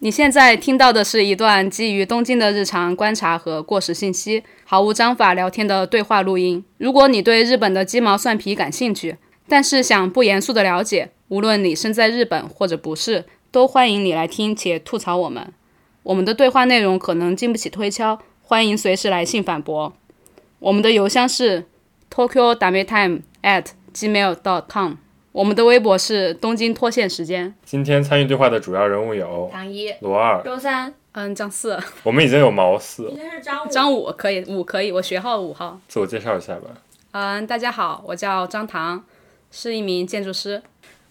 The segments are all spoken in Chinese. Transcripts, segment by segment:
你现在听到的是一段基于东京的日常观察和过时信息，毫无章法聊天的对话录音。如果你对日本的鸡毛蒜皮感兴趣，但是想不严肃的了解，无论你身在日本或者不是，都欢迎你来听且吐槽我们。我们的对话内容可能经不起推敲，欢迎随时来信反驳。我们的邮箱是 tokyo dame time at gmail dot com，我们的微博是东京脱线时间。今天参与对话的主要人物有唐一、罗二，周三，嗯，张四、我们已经有毛四应，该是张五。张五可以，五可以，我学号五号。自我介绍一下吧。嗯，大家好，我叫张唐，是一名建筑师，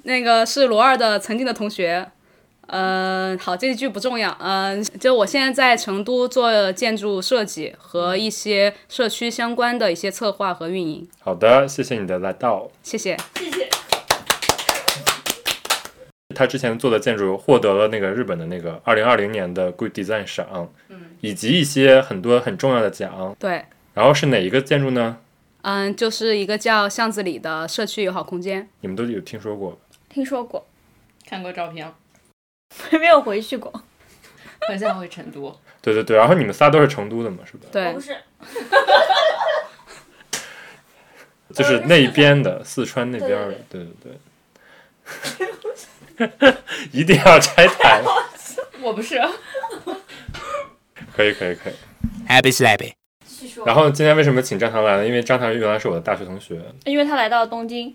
那个是罗二的曾经的同学。嗯，好，这一句不重要。嗯，就我现在在成都做建筑设计和一些社区相关的一些策划和运营。好的，谢谢你的来到。谢谢。谢谢。他之前做的建筑获得了那个日本的那个二零二零年的 Good Design 赏，以及一些很多很重要的奖。对，然后是哪一个建筑呢？嗯，就是一个叫巷子里的社区友好空间。你们都有听说过？听说过，看过照 片，没有回去过。很想回成都。对对对，然后你们仨都是成都的嘛，是吧？对哦我不，是，就是那一边的四川那边的，对对对。 一定要拆台， 我不是，可以可以可以。 Happy slappy. 继续说。然后今天为什么请张唐来呢？因为张唐原来是我的大学同学，因为他来到了东京。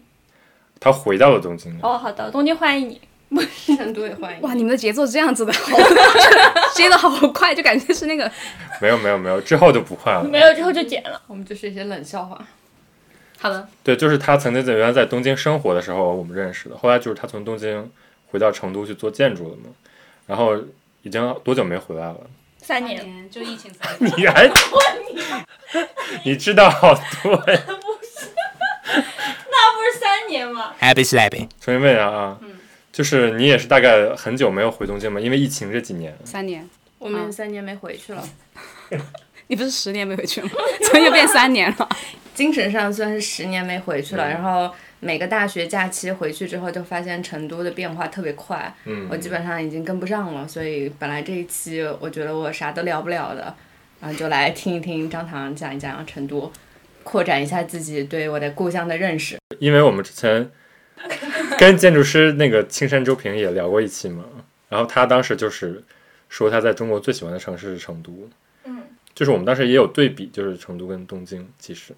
他回到了东京。哦，好的，东京欢迎你。成都也欢迎。哇，你们的节奏是这样子的，好 接的好快，就感觉是那个没有没有没有，之后就不快了。没有之后就剪了。我们就是一些冷笑话。好的，对，就是他曾经在原来在东京生活的时候我们认识的，后来就是他从东京回到成都去做建筑了嘛，然后已经多久没回来 了？三年，年就疫情三 年。你还你知道好多呀？那不是三年吗？ Happy slappy. 重新问一下啊，嗯就是你也是大概很久没有回东京嘛？因为疫情这几年，三年，我们们三年没回去了，你不是十年没回去吗？ 怎么又变三年了？精神上算是十年没回去了。然后每个大学假期回去之后，就发现成都的变化特别快，嗯我基本上已经跟不上了。所以本来这一期我觉得我啥都聊不了的，然后就来听一听张唐讲一讲成都，扩展一下自己对我的故乡的认识。因为我们之前跟建筑师那个青山周平也聊过一期嘛，然后他当时就是说他在中国最喜欢的城市是成都，嗯，就是我们当时也有对比，就是成都跟东京，其实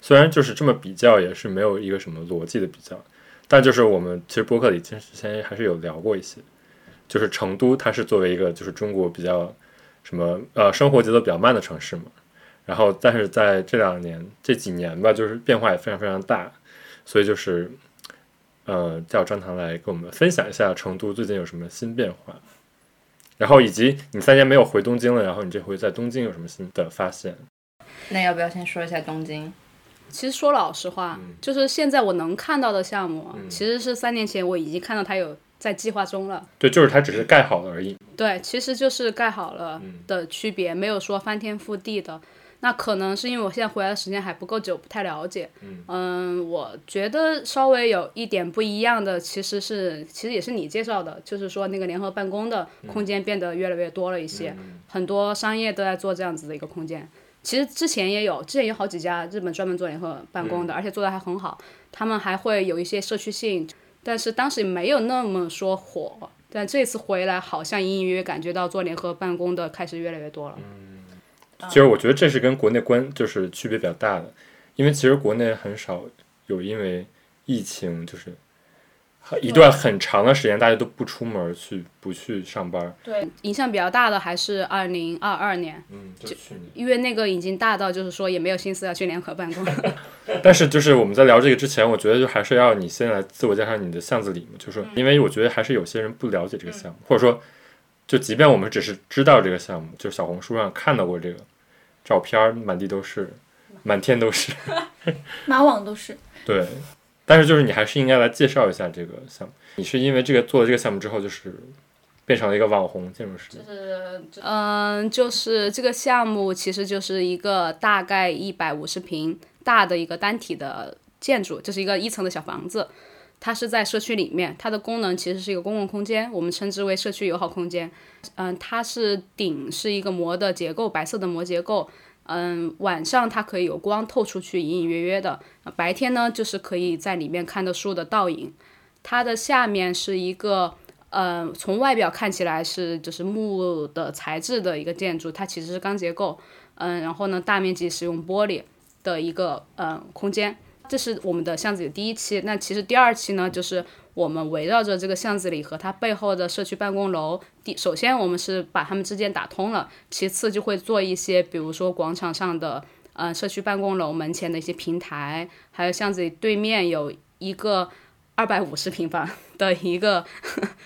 虽然就是这么比较也是没有一个什么逻辑的比较，但就是我们其实播客里其实之前还是有聊过一些，就是成都它是作为一个就是中国比较什么呃生活节奏比较慢的城市嘛。然后，但是在这两年、这几年吧，就是变化也非常非常大。所以就是，呃，叫张唐来跟我们分享一下成都最近有什么新变化，然后以及你三年没有回东京了，然后你这回在东京有什么新的发现？那要不要先说一下东京？ 其实说老实话，嗯就是现在我能看到的项目，嗯其实是三年前我已经看到它有在计划中了。对，就是它只是盖好了而已。对，其实就是盖好了的区别，没有说翻天覆地的。那可能是因为我现在回来的时间还不够久，不太了解。嗯我觉得稍微有一点不一样的，其实是其实也是你介绍的，就是说那个联合办公的空间变得越来越多了一些，很多商业都在做这样子的一个空间。其实之前也有，之前有好几家日本专门做联合办公的，而且做的还很好。他们还会有一些社区性，但是当时没有那么说火。但这次回来，好像隐隐约约感觉到做联合办公的开始越来越多了。其实我觉得这是跟国内关就是区别比较大的，因为其实国内很少有因为疫情就是一段很长的时间大家都不出门去不去上班。对，影响比较大的还是二零二二年，嗯，就去年。因为那个已经大到就是说也没有心思要去联合办公。但是就是我们在聊这个之前，我觉得就还是要你先来自我介绍你的巷子里嘛，嗯就是因为我觉得还是有些人不了解这个项目，或者说，就即便我们只是知道这个项目，就小红书上看到过这个照片儿，满地都是，满天都是， 满网都是。对。但是就是你还是应该来介绍一下这个项目，你是因为这个做了这个项目之后，就是变成了一个网红建筑师，是，嗯，就是这个项目其实就是一个大概一百五十平大的一个单体的建筑，就是一个一层的小房子。它是在社区里面，它的功能其实是一个公共空间，我们称之为社区友好空间。嗯，它是顶是一个膜的结构，白色的膜结构。嗯，晚上它可以有光透出去，隐隐约约的。呃白天呢，就是可以在里面看得书的倒影。它的下面是一个，呃，从外表看起来是就是木的材质的一个建筑，它其实是钢结构。嗯，然后呢，大面积使用玻璃的一个嗯空间。这是我们的巷子里的第一期。那其实第二期呢，就是我们围绕着这个巷子里和它背后的社区办公楼，第首先我们是把它们之间打通了，其次就会做一些，比如说广场上的呃社区办公楼门前的一些平台，还有巷子里对面有一个。二百五十平方的一个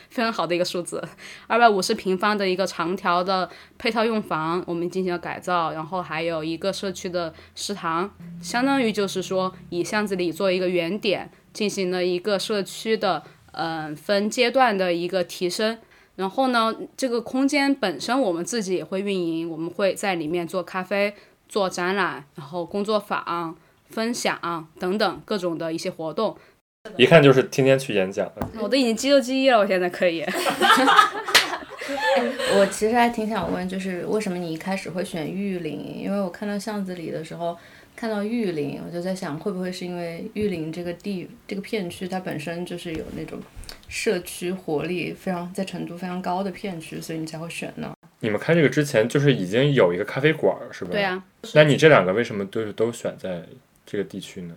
非常好的一个数字，二百五十平方的一个长条的配套用房，我们进行了改造，然后还有一个社区的食堂，相当于就是说以巷子里做一个原点，进行了一个社区的嗯、呃分阶段的一个提升。然后呢，这个空间本身我们自己也会运营，我们会在里面做咖啡、做展览，然后工作坊、分享等等各种的一些活动。一看就是天天去演讲的。我都已经肌肉记忆了，我现在可以。 我其实还挺想问，就是为什么你一开始会选玉林？因为我看到巷子里的时候，看到玉林，我就在想，会不会是因为玉林这个地这个片区它本身就是有那种社区活力非常在成都非常高的片区，所以你才会选呢？你们开这个之前就是已经有一个咖啡馆儿是吧？对。啊，那你这两个为什么都是都选在这个地区呢？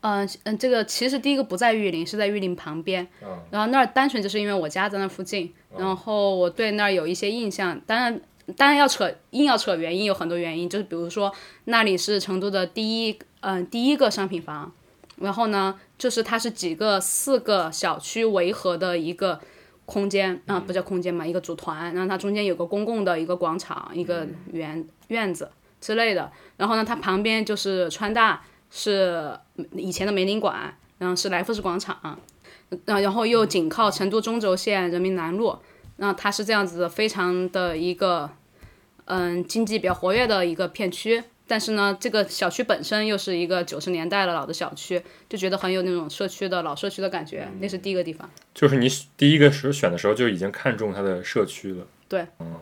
嗯、嗯，这个其实第一个不在玉林，是在玉林旁边。然后那儿单纯就是因为我家在那附近，然后我对那儿有一些印象。当然，当然要扯硬要扯原因，有很多原因，就是比如说那里是成都的第一，嗯、第一个商品房。然后呢，就是它是几个四个小区围合的一个空间啊、不叫空间嘛，一个组团。然后它中间有个公共的一个广场，一个园院子之类的。然后呢，它旁边就是川大，是以前的梅林馆，然后是来福士广场，那然后又紧靠成都中轴线人民南路，那它是这样子的，非常的一个，嗯，经济比较活跃的一个片区。但是呢，这个小区本身又是一个九十年代的老的小区，就觉得很有那种社区的老社区的感觉。那是第一个地方。就是你第一个时候选的时候就已经看中它的社区了。对。嗯，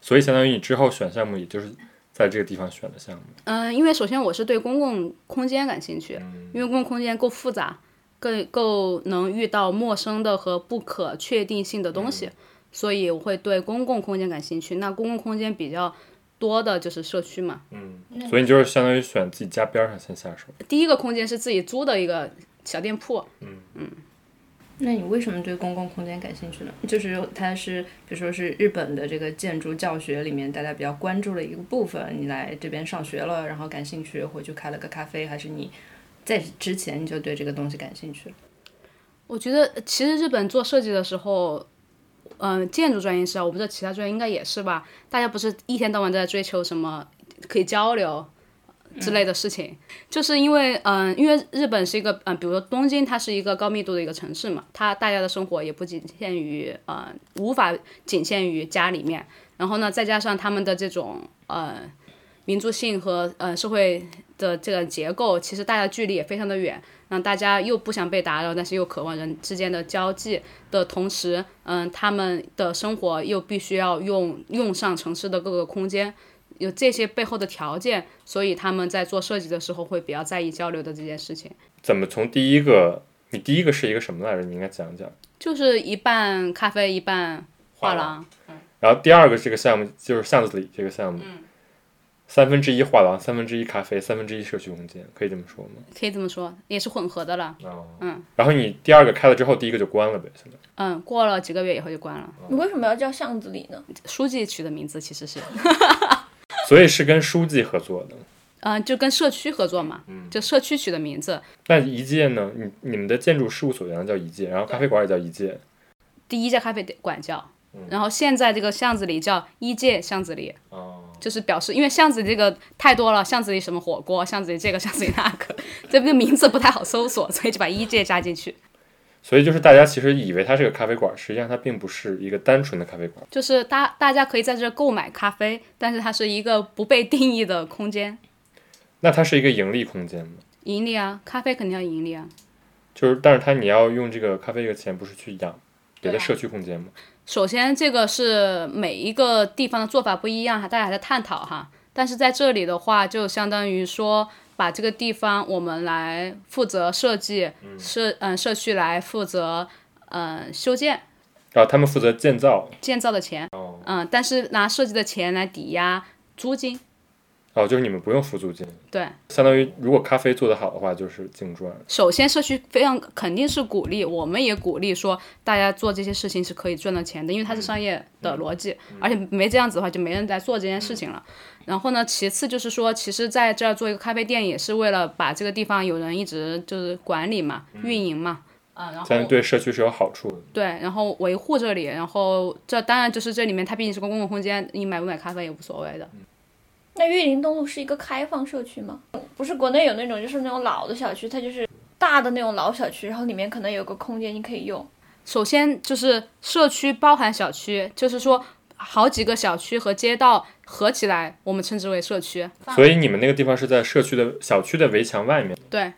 所以相当于你之后选项目，也就是在这个地方选的项目。嗯，因为首先我是对公共空间感兴趣，因为公共空间够复杂，更够能遇到陌生的和不可确定性的东西，所以我会对公共空间感兴趣。那公共空间比较多的就是社区嘛。嗯。所以你就是相当于选自己家边儿上先下手。第一个空间是自己租的一个小店铺，那你为什么对公共空间感兴趣呢？就是它是，比如说是日本的这个建筑教学里面大家比较关注的一个部分。你来这边上学了，然后感兴趣，回去开了个咖啡，还是你在之前你就对这个东西感兴趣了？我觉得呃其实日本做设计的时候，嗯、建筑专业是啊，我不知道其他专业应该也是吧。大家不是一天到晚都在追求什么可以交流之类的事情，就是因为嗯、因为日本是一个嗯、比如说东京，它是一个高密度的一个城市嘛，它大家的生活也不仅限于呃，无法仅限于家里面。然后呢，再加上他们的这种呃民族性和呃社会的这个结构，其实大家距离也非常的远。让大家又不想被打扰，但是又渴望人之间的交际的同时，嗯，他们的生活又必须要用用上城市的各个空间，有这些背后的条件，所以他们在做设计的时候会比较在意交流的这件事情。怎么从第一个，你第一个是一个什么来着？你应该讲讲。就是一半咖啡，一半画画廊廊，然后第二个这个项目就是巷子里这个项目，三分之一画廊，三分之一咖啡，三分之一社区空间，可以这么说吗？可以这么说，也是混合的了。嗯然后你第二个开了之后，第一个就关了呗，现在。嗯，过了几个月以后就关嗯了。你为什么要叫巷子里呢？书记取的名字其实是，所以是跟书记合作的。嗯，就跟社区合作嘛，嗯就社区取的名字。那一届呢？你你们的建筑事务所原来叫一届，然后咖啡馆也叫一届，第一家咖啡店馆叫，然后现在这个巷子里叫一界巷子里，就是表示因为巷子里这个太多了，巷子里什么火锅，巷子里这个，巷子里那个， 这个名字不太好搜索，所以就把一界加进去。所以就是大家其实以为它是个咖啡馆，实际上它并不是一个单纯的咖啡馆。就是大大家可以在这购买咖啡，但是它是一个不被定义的空间，那它是一个盈利空间吗？盈利啊，咖啡肯定要盈利啊。就是但是它你要用这个咖啡这个钱不是去养别的社区空间吗？首先，这个是每一个地方的做法不一样，哈，大家还在探讨哈。但是在这里的话，就相当于说，把这个地方我们来负责设计，社嗯、社区来负责嗯、呃修建然后他们负责建造，建造的钱，嗯、但是拿设计的钱来抵押租金，哦，就是你们不用付租金，对。相当于如果咖啡做得好的话就是净赚。首先，社区非常肯定是鼓励，我们也鼓励说大家做这些事情是可以赚到钱的，因为它是商业的逻辑，而且没这样子的话就没人来做这件事情了。然后呢，其次就是说，其实在这儿做一个咖啡店也是为了把这个地方有人一直就是管理嘛、运营嘛，啊、然后但是对社区是有好处的。对，然后维护这里，然后这当然就是这里面它毕竟是公共空间，你买不买咖啡也无所谓的。那玉林东路是一个开放社区吗？不是，国内有那种就是那种老的小区，它就是大的那种老小区，然后里面可能有个空间你可以用。首先就是社区包含小区，就是说好几个小区和街道合起来，我们称之为社区。所以你们那个地方是在社区的小区的围墙外面，对，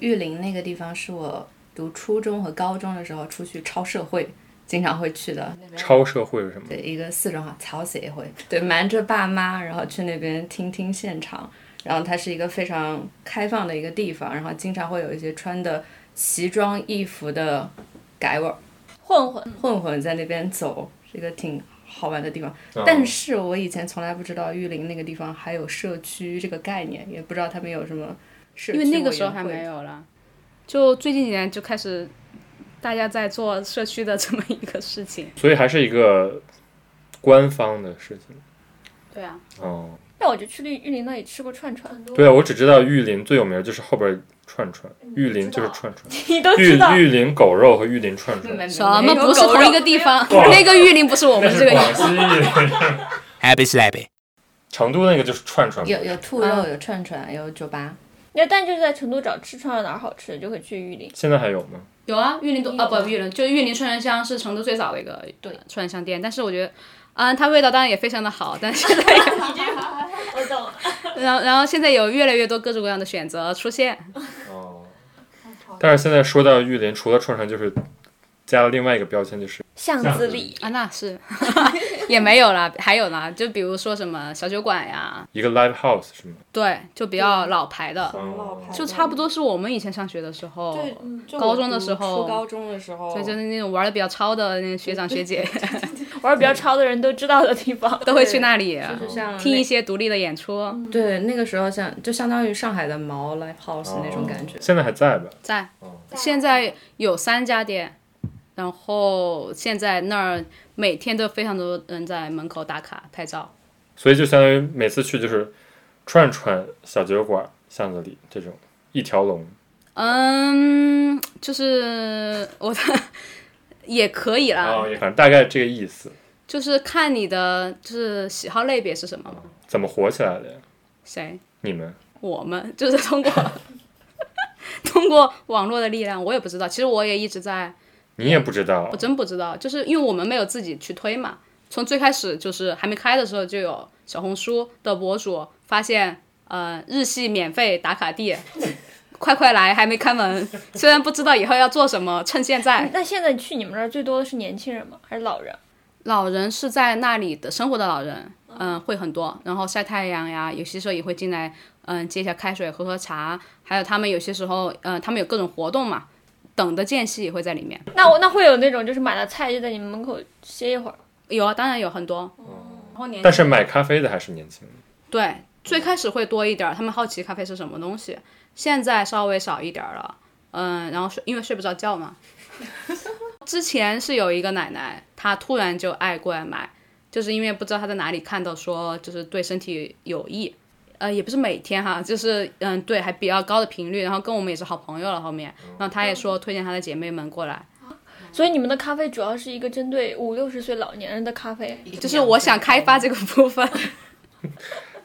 玉林那个地方是我读初中和高中的时候出去超社会经常会去的，超社会是什么？对一个四川话草协会，对，瞒着爸妈，然后去那边听听现场。然后它是一个非常开放的一个地方，然后经常会有一些穿的奇装异服的改味儿混混，嗯混混在那边走，是一个挺好玩的地方。但是我以前从来不知道玉林那个地方还有社区这个概念，也不知道他们有什么社区因为那个时候还委员没会有了，就最近几年就开始大家在做社区的这么一个事情。所以还是一个官方的事情。对啊，哦，那我就去玉玉林那里吃过串串，对啊，我只知道玉林最有名就是后边儿串串，玉林就是串串，你 都玉知道。玉林狗肉和玉林串串。没什么不是同一个地方？哇那个玉林不是我们这个啊玉林。西， Happy slappy. 成都那个就是串串，有有兔啊肉，有串串，有酒吧。那但就是在成都找吃串串哪儿好吃，就可以去玉林。现在还有吗？有啊，玉林东啊不玉林，就玉林串串香是成都最早的一个对串串香店，但是我觉得，嗯，它味道当然也非常的好，但 是现在也我懂了。然后，然后现在有越来越多各种各样的选择出现。哦，但是现在说到玉林，除了串串，就是加了另外一个标签，就是巷子子里里，啊，那是 也没有啦，还有呢，就比如说什么小酒馆呀，一个 live house 是吗？对，就比较老牌的，哦就差不多是我们以前上学的时候，对嗯对，就哦高我中的读时候初高中的时候，就是那种玩的比较超的那学长学姐玩儿比较超的人都知道的地方。嗯 都会去那里就像听那一些独立的演出，对那个时候像就相当于上海的毛 live house 那哦种感觉。现在还在吧？在现在有三家店，然后现在那儿每天都非常多人在门口打卡拍照。所以就相当于每次去就是串串小酒馆、巷子里这种一条龙。嗯，就是我的也可以啊啦，反正大概这个意思。就是看你的就是喜好类别是什么嘛。怎么火起来的呀？谁？你们我们 就是通过通过网络的力量，我也不知道。其实我也一直在，你也不知道我，真不知道，就是因为我们没有自己去推嘛。从最开始就是还没开的时候，就有小红书的博主发现，呃，日系免费打卡地， 快快来，还没开门。虽然不知道以后要做什么，趁现在。哎那现在去你们那儿最多的是年轻人吗？还是老人？老人是在那里的生活的老人，嗯，会很多，然后晒太阳呀，有些时候也会进来，嗯，接一下开水，喝喝茶，还有他们有些时候，嗯，他们有各种活动嘛，等的间隙也会在里面，那我那会有那种就是买了菜就在你们门口歇一会儿。有啊，当然有很多，然后年但是买咖啡的还是年轻人。对最开始会多一点儿，他们好奇咖啡是什么东西，现在稍微少一点儿了，嗯，然后睡因为睡不着觉嘛， 之前是有一个奶奶，她突然就爱过来买，就是因为不知道她在哪里看到说就是对身体有益，呃，也不是每天哈，就是嗯对，还比较高的频率，然后跟我们也是好朋友了后面，然后她也说推荐她的姐妹们过来，所以你们的咖啡主要是一个针对五六十岁老年人的咖啡。就是我想开发这个部分，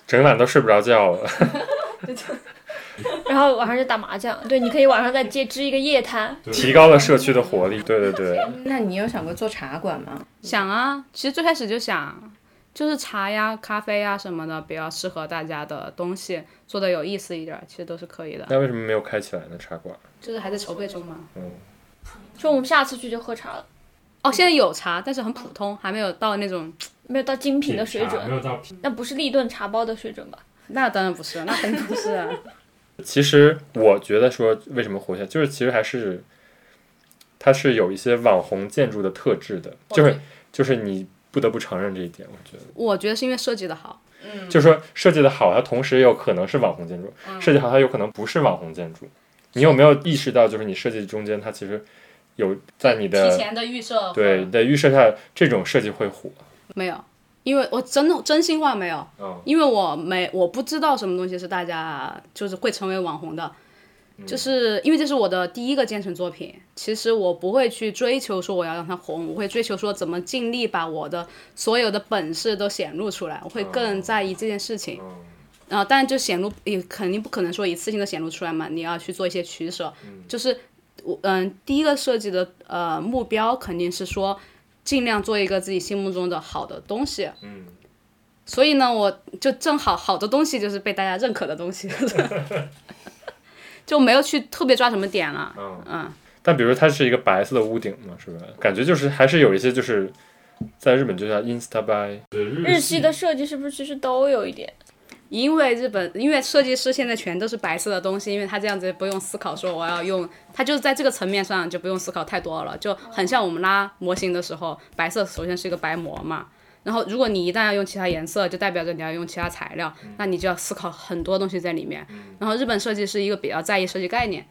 整晚都睡不着觉了，然后晚上就打麻将，对，你可以晚上再接支一个夜摊。提高了社区的 活力。对对对，那你有想过做茶馆吗？想啊，其实最开始就想，就是茶呀、咖啡呀什么的比较适合大家的东西，做的有意思一点儿，其实都是可以的。那为什么没有开起来呢？茶馆？就是还在筹备中嘛。就我们下次去就喝茶了，哦，现在有茶，但是很普通，还没有到那种。没有到精 品的水没准，有到那不是立顿茶包的水准吧？那当然不是，那肯定不是啊。 其实我觉得说为什么活下，就是其实还是它是有一些网红建筑的特质的，哦就是就是你不得不承认这一点，我觉得，我觉得是因为设计的好，嗯就是说设计的好，它同时也有可能是网红建筑，设计好它有可能不是网红建筑。你有没有意识到，就是你设计中间它其实有在你提的前的预设啊对你的预设下，这种设计会火。没有，因为我真的真心话没有，嗯，因为我没我不知道什么东西是大家就是会成为网红的，就是因为这是我的第一个建成作品，其实我不会去追求说我要让它红，我会追求说怎么尽力把我的所有的本事都显露出来，我会更在意这件事情。啊、当然就显露也肯定不可能说一次性的显露出来嘛，你要去做一些取舍，就是我嗯，第一个设计的呃目标肯定是说尽量做一个自己心目中的好的东西，嗯，所以呢，我就正好好的东西就是被大家认可的东西， 就没有去特别抓什么点了，嗯，但比如它是一个白色的屋顶嘛，是吧？感觉就是还是有一些就是在日本就叫 insta by，日系的设计是不是其实都有一点？因为日本，因为设计师现在全都是白色的东西，因为他这样子不用思考说我要用，他就是在这个层面上就不用思考太多了，就很像我们拉模型的时候，白色首先是一个白膜嘛，然后如果你一旦要用其他颜色，就代表着你要用其他材料，那你就要思考很多东西在里面。然后日本设计是一个比较在意设计概念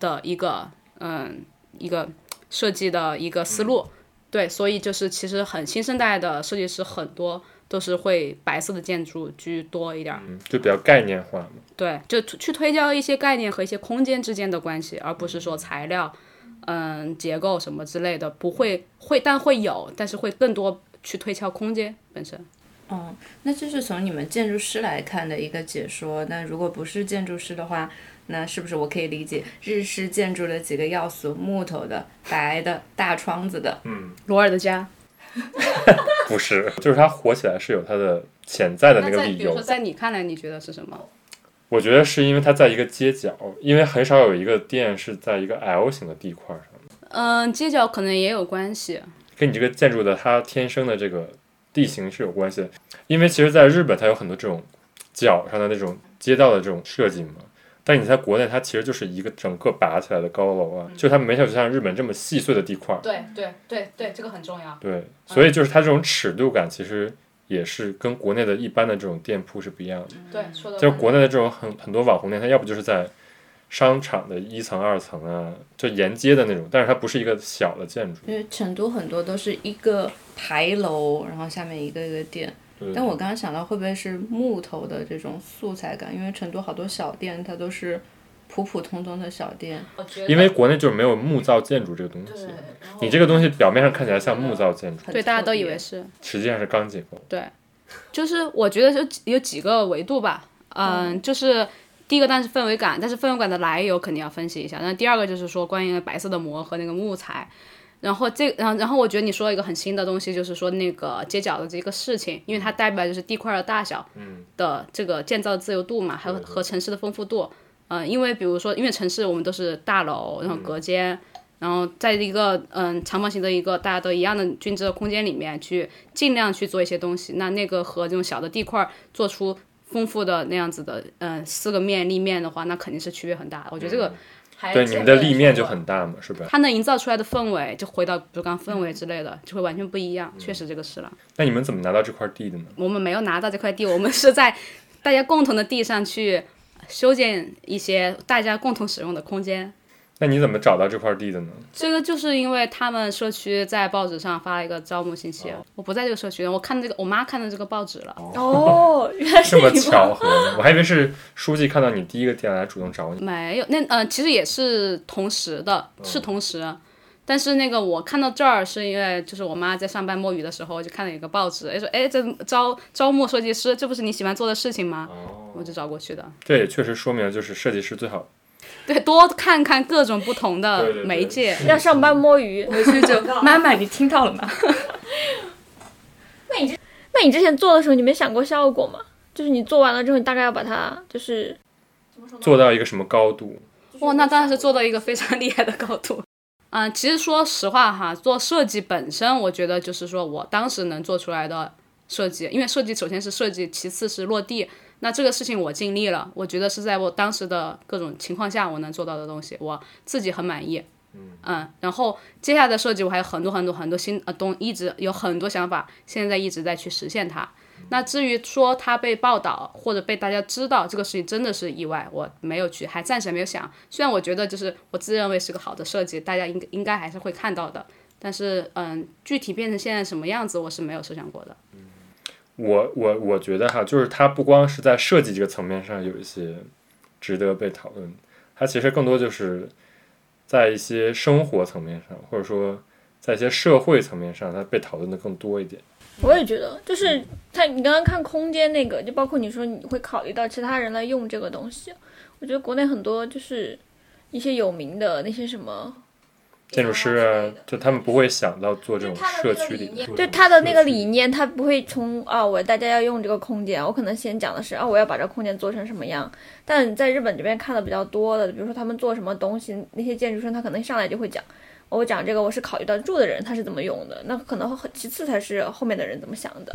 的一个，嗯，一个设计的一个思路，对，所以就是其实很新生代的设计师很多。都是会白色的建筑居多一点儿，嗯，就比较概念化嘛。对，就推去推敲一些概念和一些空间之间的关系，而不是说材料、嗯、结构什么之类的，不会会，但会有，但是会更多去推敲空间本身。嗯，那就是从你们建筑师来看的一个解说。那如果不是建筑师的话，那是不是我可以理解日式建筑的几个要素：木头的、白的、大窗子的？罗尔的家，不是，就是它火起来是有它的潜在的那个在理比如由说，。在你看来，你觉得是什么？我觉得是因为它在一个街角，因为很少有一个店是在一个 L 型的地块上，嗯，街角可能也有关系。跟你这个建筑的它天生的这个地形是有关系的。因为其实，在日本它有很多这种角上的那种街道的这种设计嘛，但你在国内它其实就是一个整个拔起来的高楼啊，就它没有像日本这么细碎的地块。对对对对，这个很重要。对，所以就是它这种尺度感其实也是跟国内的一般的这种店铺是不一样的。对，说的就国内的这种很很多网红店，它要不就是在商场的一层、二层啊，就沿街的那种，但是它不是一个小的建筑。因为成都很多都是一个牌楼，然后下面一个一个店。对但我刚刚想到，会不会是木头的这种素材感？因为成都好多小店，它都是普普通通的小店。我觉因为国内就没有木造建筑这个东西，你这个东西表面上看起来像木造建筑，很对大家特都以别为是。实际上是钢结构。就是我觉得有几有几个维度吧，嗯，就是第一个当然是氛围感，但是氛围感的来由肯定要分析一下。那第二个就是说关于白色的膜和那个木材，然后这然后然后我觉得你说一个很新的东西，就是说那个街角的这个事情，因为它代表就是地块的大小的这个建造自由度嘛，还有和城市的丰富度。嗯，因为比如说，因为城市我们都是大楼，然后隔间，然后在一个嗯长方形的一个大家都一样的均值的空间里面去尽量去做一些东西。那那个和这种小的地块儿做出丰富的那样子的嗯四个面立面的话，那肯定是区别很大的。我觉得这个还对，你们的立面就很大嘛，是吧？它能营造出来的氛围，就回到比如刚刚氛围之类的，就会完全不一样。确实这个是了，那你们怎么拿到这块地的呢？我们没有拿到这块地，我们是在大家共同的地上去修建一些大家共同使用的空间。那你怎么找到这块地的呢？这个就是因为他们社区在报纸上发了一个招募信息，我不在这个社区，我看这个我妈看到这个报纸了，哦，原来是这么你巧吗？合呢，我还以为是书记看到你第一个店来主动找你。没有那呃其实也是同时的，嗯是同时，但是那个我看到这儿是因为就是我妈在上班摸鱼的时候就看到有个报纸，哎说哎这招招募设计师，这不是你喜欢做的事情吗？哦我就找过去的，这也确实说明，就是设计师最好对，多看看各种不同对的对对媒介。要上班摸鱼， 回去就妈妈，你听到了吗？那你之前做的时候，你没想过效果吗？就是你做完了之后，你大概要把它就是做到一个什么高度？哇，那当然是做到一个非常 厉害的高度。嗯，其实说实话哈，做设计本身，我觉得就是说我当时能做出来的设计，因为设计首先是设计，其次是落地。那这个事情我尽力了，我觉得是在我当时的各种情况下我能做到的东西，我自己很满意。嗯，然后接下来的设计我还有很多很多很多新呃东，一直有很多想法，现在一直在去实现它。那至于说它被报道或者被大家知道，这个事情真的是意外，我没有去，还暂时没有想。虽然我觉得就是我自认为是个好的设计，大家应该应该还是会看到的，但是嗯，具体变成现在什么样子，我是没有设想过的。我我我觉得哈，就是它不光是在设计这个层面上有一些值得被讨论，它其实更多就是在一些生活层面上，或者说在一些社会层面上，它被讨论的更多一点。我也觉得，就是他，你刚刚看空间那个，就包括你说你会考虑到其他人来用这个东西，我觉得国内很多就是一些有名的那些什么，建筑师啊，就他们不会想到做这种就他的社那个区理里面，念就他的那个理念，念，他不会从啊，我大家要用这个空间，我可能先讲的是啊，我要把这个空间做成什么样。但在日本这边看的比较多的，比如说他们做什么东西，那些建筑生他可能上来就会讲，我讲这个我是考虑到住的人他是怎么用的，那可能后其次才是后面的人怎么想的。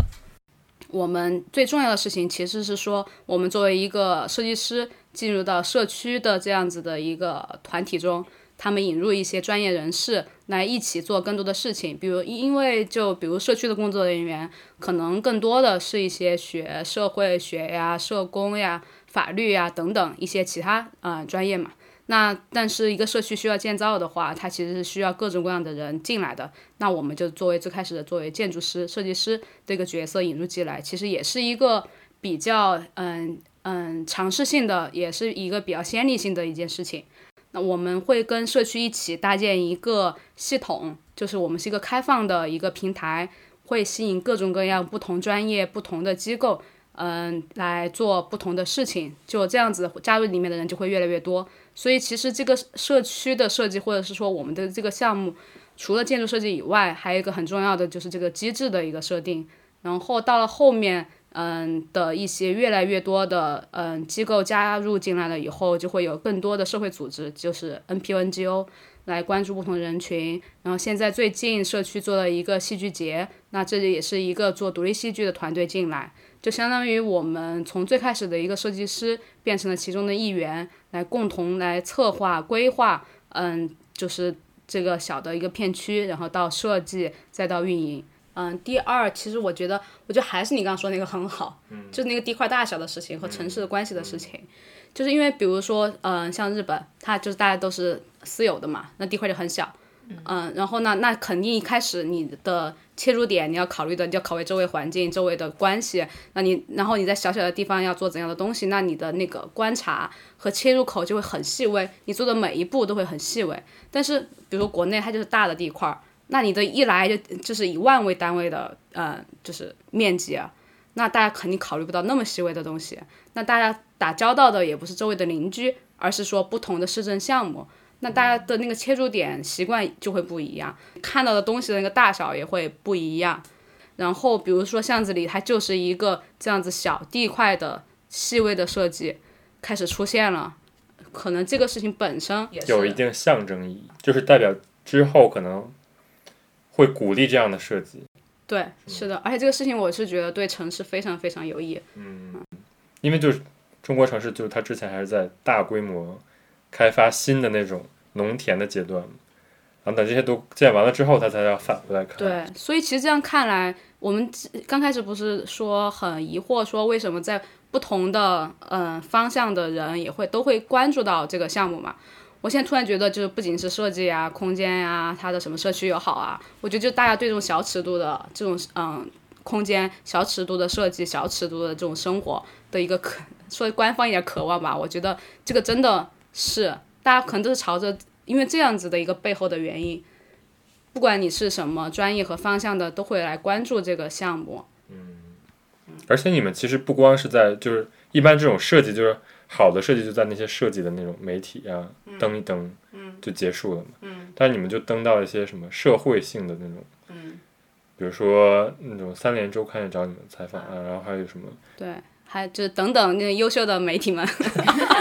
我们最重要的事情其实是说，我们作为一个设计师进入到社区的这样子的一个团体中，他们引入一些专业人士来一起做更多的事情，比如因为就比如社区的工作人员，可能更多的是一些学社会学呀、社工呀、法律呀等等一些其他呃专业嘛。那但是一个社区需要建造的话，它其实是需要各种各样的人进来的。那我们就作为最开始的作为建筑师、设计师这个角色引入进来，其实也是一个比较嗯嗯尝试性的，也是一个比较先例性的一件事情。那我们会跟社区一起搭建一个系统，就是我们是一个开放的一个平台，会吸引各种各样不同专业、不同的机构，嗯，来做不同的事情。就这样子，加入里面的人就会越来越多。所以其实这个社区的设计，或者是说我们的这个项目，除了建筑设计以外，还有一个很重要的就是这个机制的一个设定。然后到了后面，嗯的一些越来越多的嗯机构加入进来了以后，就会有更多的社会组织，就是 NPO、NGO 来关注不同人群。然后现在最近社区做了一个戏剧节，那这里也是一个做独立戏剧的团队进来，就相当于我们从最开始的一个设计师变成了其中的一员，来共同来策划、规划，嗯，就是这个小的一个片区，然后到设计，再到运营。嗯，第二，其实我觉得，我觉得还是你刚刚说那个很好，嗯、就是那个地块大小的事情和城市的关系的事情，就是因为比如说，嗯、像日本，它就是大家都是私有的嘛，那地块就很小，嗯，然后呢，那肯定一开始你的切入点你要考虑的，你要考虑周围环境、周围的关系，那你然后你在小小的地方要做怎样的东西，那你的那个观察和切入口就会很细微，你做的每一步都会很细微。但是比如说国内它就是大的地块儿，那你的一来就就是以万为单位的呃就是面积啊，那大家肯定考虑不到那么细微的东西。那大家打交道的也不是周围的邻居，而是说不同的市政项目。那大家的那个切入点习惯就会不一样，看到的东西的那个大小也会不一样。然后比如说巷子里，它就是一个这样子小地块的细微的设计开始出现了，可能这个事情本身也是有一定象征意义，就是代表之后可能会鼓励这样的设计。对，是的，而且这个事情我是觉得对城市非常非常有益。因为就是中国城市，就是它之前还是在大规模开发新的那种农田的阶段嘛，然后等这些都建完了之后，它才要返回来看。，对，所以其实这样看来，我们刚开始不是说很疑惑，说为什么在不同的嗯、呃方向的人也会都会关注到这个项目嘛？我现在突然觉得，就是不仅是设计啊、空间啊，它的什么社区友好啊，我觉得就大家对这种小尺度的这种嗯空间、小尺度的设计、小尺度的这种生活的一个渴，说官方一点渴望吧。我觉得这个真的是大家可能都是朝着因为这样子的一个背后的原因，不管你是什么专业和方向的，都会来关注这个项目。而且你们其实不光是在，就是一般这种设计，就是好的设计就在那些设计的那种媒体啊、登一登，就结束了嘛。但你们就登到一些什么社会性的那种，比比如说那种三联周刊也找你们采访啊，然后还有什么对，还就等等那优秀的媒体们，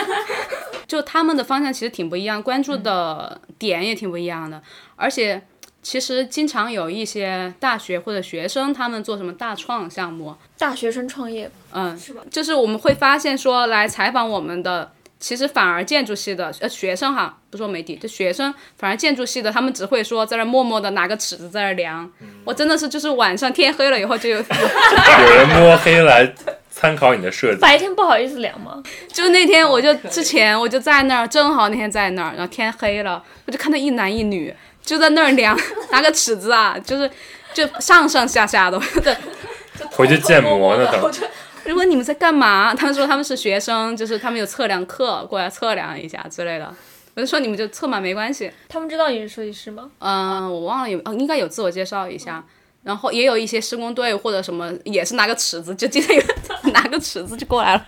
就他们的方向其实挺不一样，关注的点也挺不一样的，而且。其实经常有一些大学或者学生，他们做什么大创项目，大学生创业，嗯，是吧？就是我们会发现说来采访我们的，其实反而建筑系的呃学生哈，不说媒体，就学生，反而建筑系的他们只会说在那儿默默的拿个尺子在那儿量，我真的是就是晚上天黑了以后就有， 有人摸黑来参考你的设 计，白天不好意思量吗？就那天我就之前我就在那儿，正好那天在那儿，然后天黑了，我就看到一男一女就在那儿量，拿个尺子啊，就是就上上下下的， 对，回去 建模呢，等如果你们在干嘛？他们说他们是学生，就是他们有测量课，过来测量一下之类的。我就说你们就测嘛，没关系。他们知道你是设计师吗？嗯、我忘了有，哦应该有自我介绍一下。然后也有一些施工队或者什么，也是拿个尺子，就今天有拿个尺子就过来了，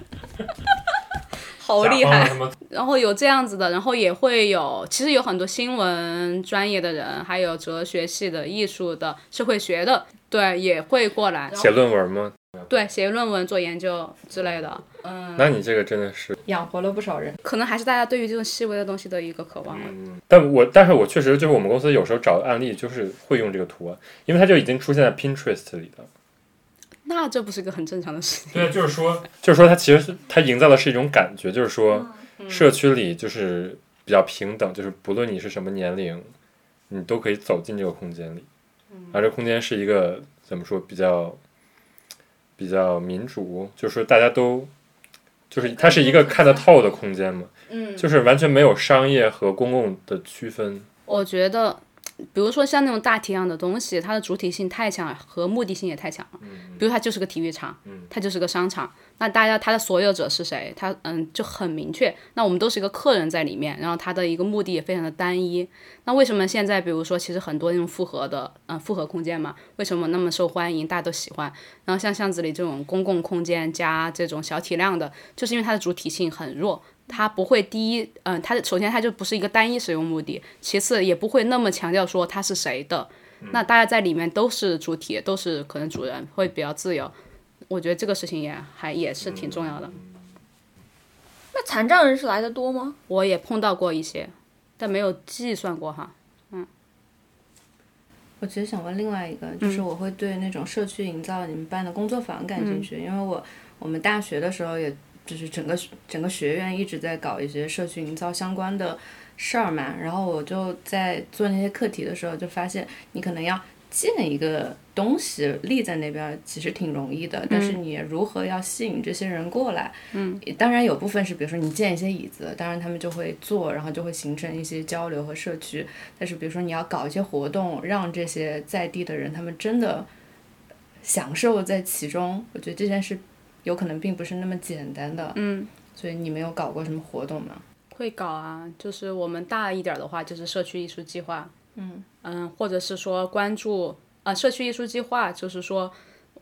好哦厉害。哦什么然后有这样子的，然后也会有，其实有很多新闻专业的人，还有哲学系的、艺术的、社会学的，对，也会过来，写论文吗？对，写论文、做研究之类的。嗯，那你这个真的是，养活了不少人。可能还是大家对于这种细微的东西的一个渴望。嗯，但我但是我确实就是我们公司有时候找案例就是会用这个图案，啊因为它就已经出现在 Pinterest 里的。那这不是一个很正常的事情？对，啊就是说， 就是说，它其实是它营造的是一种感觉，就是说，社区里就是比较平等，就是不论你是什么年龄，你都可以走进这个空间里。而这空间是一个怎么说比较比较民主，就是说大家都就是它是一个看得透的空间嘛，嗯，就是完全没有商业和公共的区分。我觉得，比如说像那种大体量的东西，它的主体性太强和目的性也太强了。比如它就是个体育场，它就是个商场，那大家它的所有者是谁？它嗯就很明确。那我们都是一个客人在里面，然后它的一个目的也非常的单一。那为什么现在比如说其实很多那种复合的嗯复合空间嘛，为什么那么受欢迎，大家都喜欢？然后像巷子里这种公共空间加这种小体量的，就是因为它的主体性很弱，它不会第一，嗯、它首先它就不是一个单一使用目的，其次也不会那么强调说它是谁的。那大家在里面都是主体，都是可能主人，会比较自由。我觉得这个事情也还也是挺重要的。那残障人士来的多吗？我也碰到过一些，但没有计算过哈。我其实想问另外一个，就是我会对那种社区营造你们办的工作坊感兴趣，因为我我们大学的时候也。就是整个整个学院一直在搞一些社区营造相关的事儿嘛，然后我就在做那些课题的时候，就发现你可能要建一个东西立在那边，其实挺容易的，但是你如何要吸引这些人过来？嗯，当然有部分是比如说你建一些椅子，当然他们就会坐，然后就会形成一些交流和社区。但是比如说你要搞一些活动，让这些在地的人他们真的享受在其中，我觉得这件事有可能并不是那么简单的。嗯，所以你没有搞过什么活动吗？会搞啊，就是我们大一点儿的话，就是社区艺术计划，嗯或者是说关注啊、社区艺术计划就是说，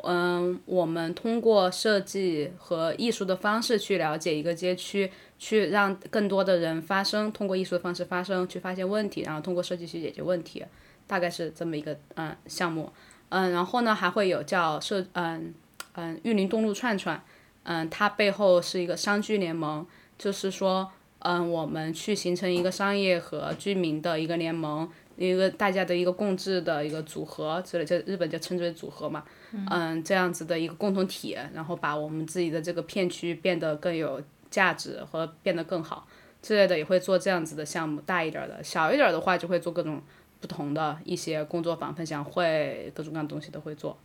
嗯，我们通过设计和艺术的方式去了解一个街区，去让更多的人发声，通过艺术的方式发声，去发现问题，然后通过设计去解决问题，大概是这么一个嗯项目，嗯，然后呢还会有叫社嗯嗯玉林东路串串，嗯，它背后是一个商居联盟，就是说。嗯，我们去形成一个商业和居民的一个联盟，一个大家的一个共治的一个组合之类，就日本就称之为组合嘛，嗯，这样子的一个共同体，然后把我们自己的这个片区变得更有价值和变得更好之类的，也会做这样子的项目，大一点儿的，小一点儿的话就会做各种不同的一些工作坊、分享会，各种各样的东西都会做。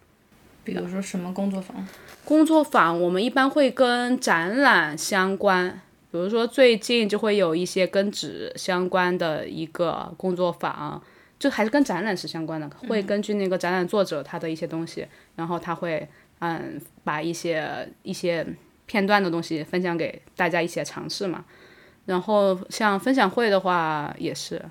比如说什么工作坊？工作坊我们一般会跟展览相关，比如说最近就会有一些跟纸相关的一个工作坊，就还是跟展览是相关的，会根据那个展览作者他的一些东西，然后他会嗯把一些一些片段的东西分享给大家一起来尝试嘛。然后像分享会的话也是，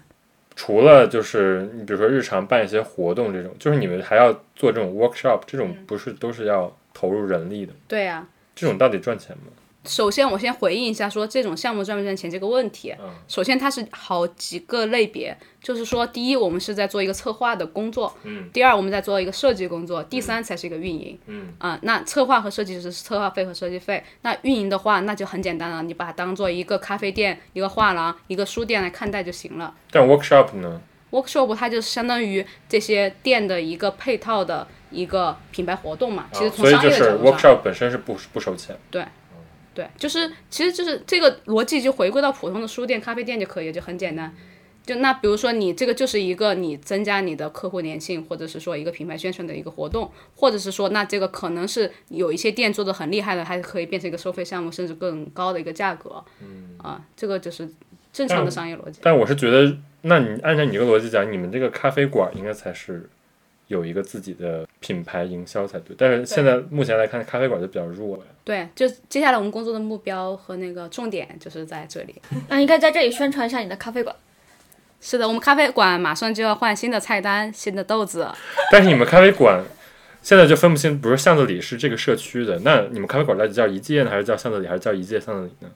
除了就是你比如说日常办一些活动这种，就是你们还要做这种 workshop，这种不是都是要投入人力的？对呀、这种到底赚钱吗？首先我先回应一下说这种项目赚不赚钱这个问题。嗯首先它是好几个类别，就是说第一我们是在做一个策划的工作，嗯第二我们在做一个设计工作，第三才是一个运营。嗯啊、那策划和设计就是策划费和设计费。那运营的话，那就很简单了，你把它当做一个咖啡店、一个画廊、一个书店来看待就行了。但 workshop 呢？ workshop 它就是相当于这些店的一个配套的一个品牌活动嘛。其实从哦所以商业就的角是度上， workshop 本身是不不收钱。对，就是其实就是这个逻辑就回归到普通的书店、咖啡店就可以了，就很简单。就那比如说你这个就是一个你增加你的客户粘性，或者是说一个品牌宣传的一个活动，或者是说那这个可能是有一些店做的很厉害的，还可以变成一个收费项目，甚至更高的一个价格。嗯啊，这个就是正常的商业逻辑。但我是觉得，那你按照你这个逻辑讲，你们这个咖啡馆应该才是有一个自己的品牌营销才对。但是现在目前来看，咖啡馆就比较弱呀。对，就接下来我们工作的目标和那个重点就是在这里。那应该在这里宣传一下你的咖啡馆。是的，我们咖啡馆马上就要换新的菜单、新的豆子。但是你们咖啡馆现在就分不清，比如巷子里是这个社区的，那你们咖啡馆到底叫一届呢，还是叫巷子里，还是叫一届巷子里呢？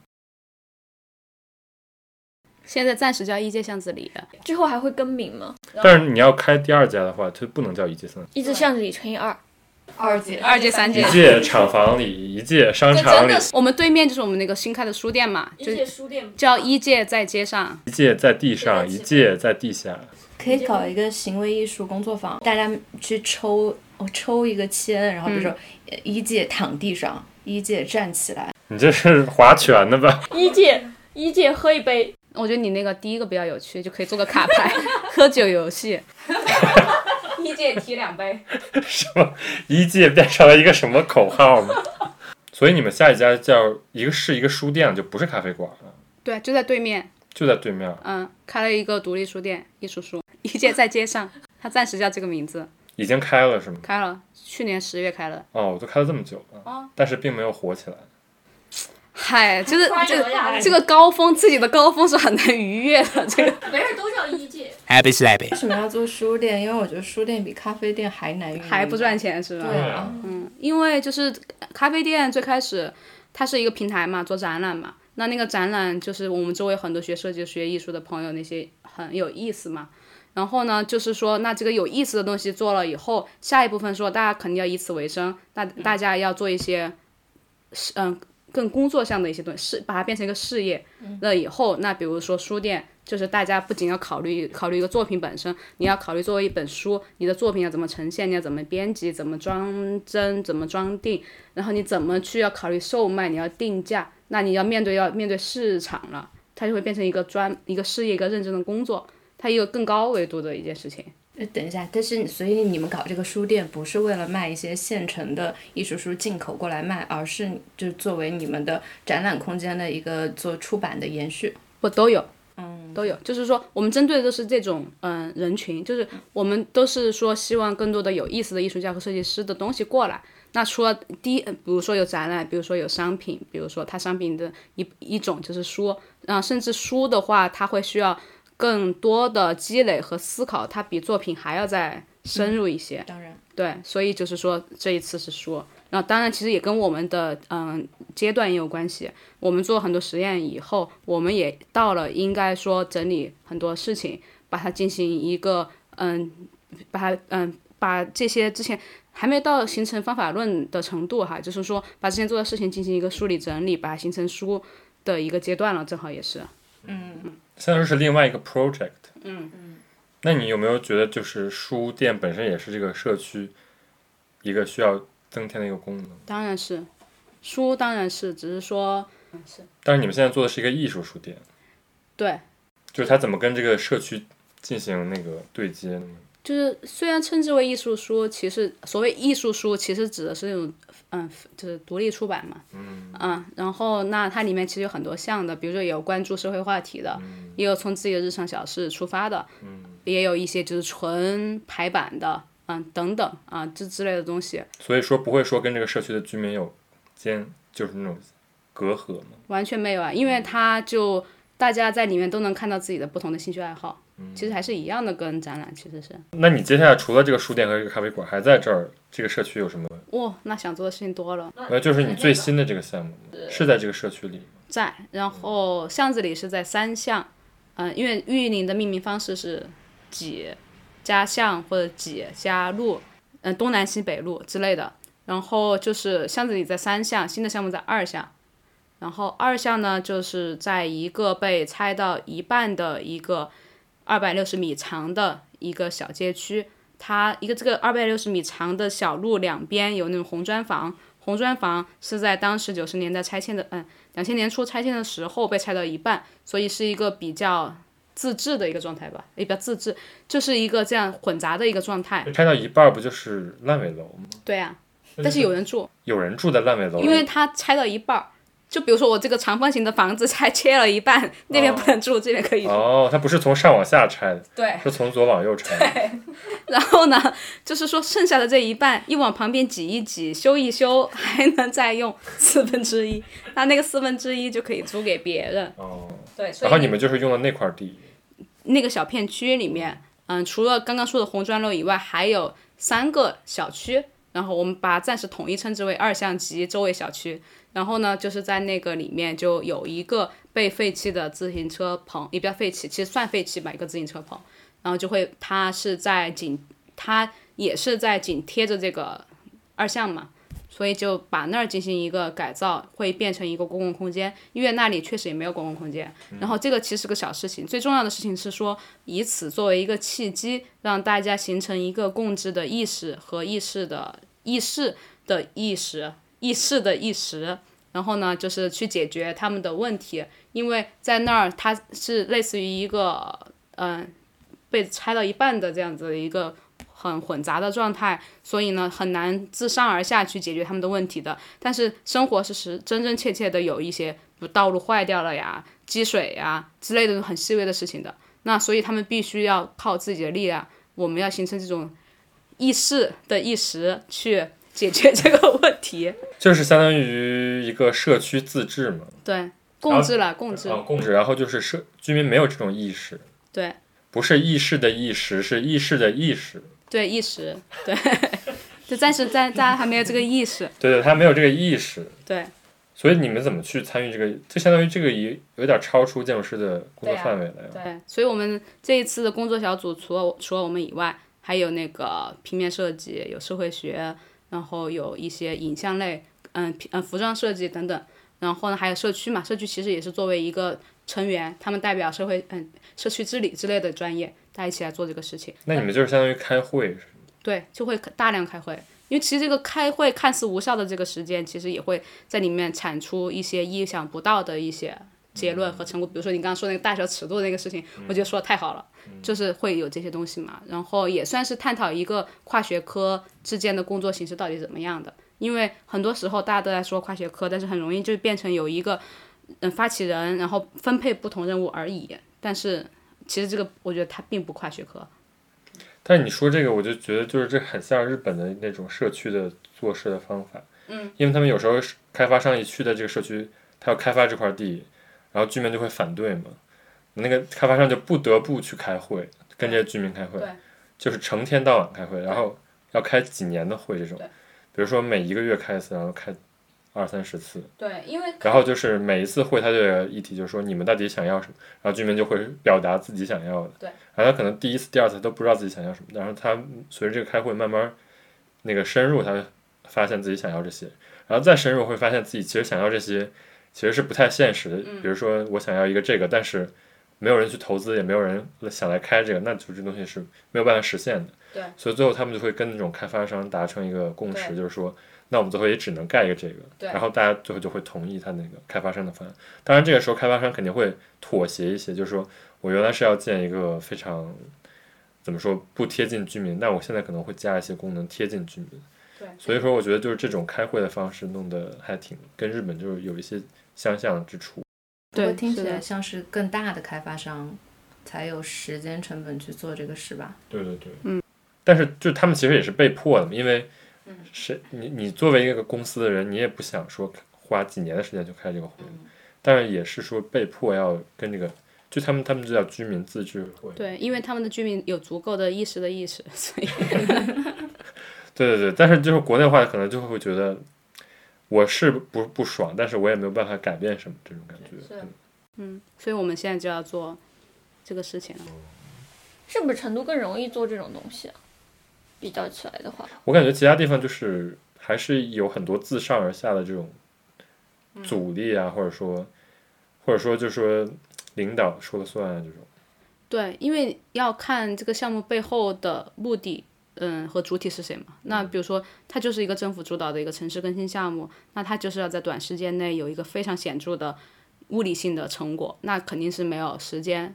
现在暂时叫一街巷子里，之后还会更名吗？嗯但是你要开第二家的话，就不能叫一届巷子一直巷子里乘以二。二姐，二届、三里，届一。届厂房里，一届商场里，我们对面就是我们那个新开的书店嘛，就届书店叫一届在街上。一届在地上，一一届在届在地下。可以搞一个行为艺术工作坊，大家去抽，我、抽一个签，然后比如说呃嗯一届躺地上，一届站起来，你这是划拳的吧？一届一届喝一杯，我觉得你那个第一个比较有趣，就可以做个卡牌 喝酒游戏。 一届提两杯，什么一届变成了一个什么口号吗？ 所以你们下一家叫一个是一个书店，就不是咖啡馆了，对，就在对面，就在对面，嗯，开了一个独立书店，艺术书，一届在街上，它暂时叫这个名字，已经开了是吗？开了，去年十月开的。哦，我都开了这么久了，但是并没有火起来。嗨，就是快这点呀这个高峰，自己的高峰是很难逾越的。这个没事都叫一届， Happy slappy. 为什么要做书店？因为我觉得书店比咖啡店还难运营，还不赚。钱是吧？对啊，因为就是咖啡店最开始它是一个平台嘛，做展览嘛。那那个展览就是我们周围很多学设计、学艺术的朋友，那些很有意思嘛。然后呢，就是说，那这个有意思的东西做了以后，下一部分说大家肯定要以此为生，大大家要做一些，是嗯，更工作上的一些东西，事把它变成一个事业。了以后，那比如说书店，就是大家不仅要考虑考虑一个作品本身，你要考虑作为一本书，你的作品要怎么呈现，你要怎么编辑，怎么装帧，怎么装订，然后你怎么去要考虑售卖，你要定价，那你要面对要面对市场了，它就会变成一个专一个事业一个认真的工作，它一个更高维度的一件事情。呃等一下，但是所以你们搞这个书店不是为了卖一些现成的艺术书进口过来卖，而是就是作为你们的展览空间的一个做出版的延续。我都有，嗯，都有。就是说，我们针对的都是这种嗯、呃人群，就是我们都是说希望更多的有意思的艺术家和设计师的东西过来。那除了第一，呃比如说有展览，比如说有商品，比如说它商品的一一种就是书，啊、甚至书的话，它会需要更多的积累和思考，它比作品还要再深入一些。当然，对，所以就是说这一次是说，那当然其实也跟我们的嗯阶段也有关系。我们做很多实验以后，我们也到了应该说整理很多事情，把它进行一个嗯，把它嗯把这些之前还没到形成方法论的程度哈，就是说把之前做的事情进行一个梳理整理，把它形成书的一个阶段了，正好也是。相当于是另外一个 project。嗯嗯。那你有没有觉得，就是书店本身也是这个社区一个需要增添的一个功能？当然是，书当然是，只是说但是你们现在做的是一个艺术书店，对。就是它怎么跟这个社区进行那个对接呢？就是虽然称之为艺术书，其实所谓艺术书，其实指的是那种嗯，就是独立出版嘛，嗯然后那它里面其实有很多项的，比如说有关注社会话题的，也有从自己的日常小事出发的，也有一些就是纯排版的，嗯，等等啊，这之类的东西，所以说不会说跟这个社区的居民有间就是那种隔阂嘛。完全没有啊，因为它就大家在里面都能看到自己的不同的兴趣爱好，其实还是一样的，跟展览其实是。那你接下来除了这个书店和这个咖啡馆，还在这儿这个社区有什么？哇、那想做的事情多了，呃，就是你最新的这个项目是在这个社区里吗，在。然后巷子里是在三巷，嗯、因为玉林的命名方式是几加巷或者几加路，嗯、东南西北路之类的。然后就是巷子里在三巷，新的项目在二巷。然后二巷呢，就是在一个被拆到一半的一个二百六十米长的一个小街区，它一个这个二百六十米长的小路两边有那种红砖房，红砖房是在当时九十年代拆迁的，嗯，两千年初拆迁的时候被拆到一半，所以是一个比较自治的一个状态吧，也比较自治，就是一个这样混杂的一个状态。拆到一半儿不就是烂尾楼吗？对啊，嗯但是有人住，有人住在烂尾楼里，因为它拆到一半儿。就比如说我这个长方形的房子 拆切了一半，那边不能住，这边可以住。哦，它不是从上往下拆的，对，是从左往右拆的。然后呢，就是说剩下的这一半，一往旁边挤一挤，修一修， 还能再用四分之一。那那个四分之一就可以租给别人。哦，对，所然以后你们就是用了那块地，那个小片区里面，嗯，除了刚刚说的红砖楼以外，还有三个小区，然后我们把它暂时统一称之为二巷及周围小区。然后呢，就是在那个里面就有一个被废弃的自行车棚，也不叫废弃，其实算废弃吧，一个自行车棚。然后就会，它是在紧，它也是在紧贴着这个二巷嘛，所以就把那儿进行一个改造，会变成一个公共空间，因为那里确实也没有公共空间。然后这个其实是个小事情，最重要的事情是说，以此作为一个契机，让大家形成一个共治的意识和意识的意识的意识意识的意识。然后呢，就是去解决他们的问题，因为在那儿它是类似于一个嗯、被拆到一半的这样子的一个很混杂的状态，所以呢很难自上而下去解决他们的问题的。但是生活是实真真切切的有一些不道路坏掉了呀、积水呀之类的很细微的事情的。那所以他们必须要靠自己的力量，我们要形成这种意识的意识去解决这个问题。就是相当于一个社区自治嘛，对，共治了，共治啊，，共治。然后就是社居民没有这种意识，对不是意识的意识，是意识的意识。对，意识，对， 就暂时在大家还没有这个意识，对对，他没有这个意识，对。所以你们怎么去参与这个？就相当于这个也有点超出建筑师的工作对啊范围了呀。对，所以我们这一次的工作小组，除了我除了我们以外，还有那个平面设计，有社会学，然后有一些影像类，嗯皮嗯服装设计等等。然后呢，还有社区嘛，社区其实也是作为一个成员，他们代表社会嗯社区治理之类的专业，大家一起来做这个事情。那你们就是相当于开会，对，就会大量开会，因为其实这个开会看似无效的这个时间，其实也会在里面产出一些意想不到的一些结论和成果。比如说你刚刚说那个大小尺度的那个事情，我觉得说的太好了，嗯就是会有这些东西嘛。然后也算是探讨一个跨学科之间的工作形式到底是怎么样的，因为很多时候大家都在说跨学科，但是很容易就变成有一个嗯发起人，然后分配不同任务而已。但是其实这个我觉得它并不跨学科，但是你说这个，我就觉得就是这很像日本的那种社区的做事的方法。嗯，因为他们有时候是开发商一区的这个社区，他要开发这块地，然后居民就会反对嘛，那个开发商就不得不去开会，跟这些居民开会对，就是成天到晚开会，然后要开几年的会这种，比如说每一个月开一次，然后开二三十次，对，因为然后就是每一次会，他这个议题就是说你们到底想要什么，然后居民就会表达自己想要的。对。然后他可能第一次、第二次都不知道自己想要什么，然后他随着这个开会慢慢那个深入，他会发现自己想要这些，然后再深入会发现自己其实想要这些其实是不太现实的。嗯比如说我想要一个这个，但是没有人去投资，也没有人想来开这个，那就这东西是没有办法实现的。对。所以最后他们就会跟那种开发商达成一个共识，对就是说。那我们最后也只能盖一个这个，对然后大家最后就会同意他那个开发商的方案。当然，这个时候开发商肯定会妥协一些，就是说我原来是要建一个非常怎么说不贴近居民，但我现在可能会加一些功能贴近居民。对所以说我觉得就是这种开会的方式弄得还挺跟日本就是有一些相像之处。不过对听起是的来像是更大的开发商才有时间成本去做这个事吧？对对对，嗯。但是就他们其实也是被迫的嘛，因为谁你你作为一个公司的人，你也不想说花几年的时间去开这个会，当然也是说被迫要跟这个就他们他们就叫居民自治会。对，因为他们的居民有足够的意识的意识，所以 对对对，但是就是国内话可能就会觉得我是不不爽，但是我也没有办法改变什么这种感觉。是嗯，所以我们现在就要做这个事情了。是不是成都更容易做这种东西啊？比较起来的话，我感觉其他地方就是还是有很多自上而下的这种阻力啊，或者说或者说就是说领导说了算啊这种。对，因为要看这个项目背后的目的，嗯，和主体是谁嘛。那比如说，它就是一个政府主导的一个城市更新项目，那它就是要在短时间内有一个非常显著的物理性的成果，那肯定是没有时间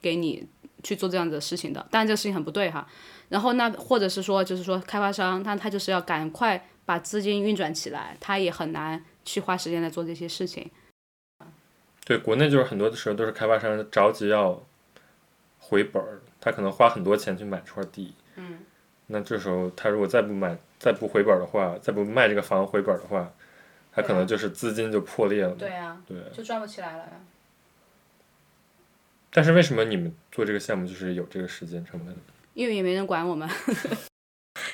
给你去做这样的事情的。但这个事情很不对哈。然后那或者是说，就是说开发商，那他就是要赶快把资金运转起来，他也很难去花时间来做这些事情。对，国内就是很多的时候都是开发商着急要回本儿，他可能花很多钱去买这块地。嗯。那这时候他如果再不买、再不回本儿的话，再不卖这个房回本儿的话，他可能就是资金就破裂了。啊对啊，对就赚不起来了。但是为什么你们做这个项目就是有这个时间成本？因为也没人管我们，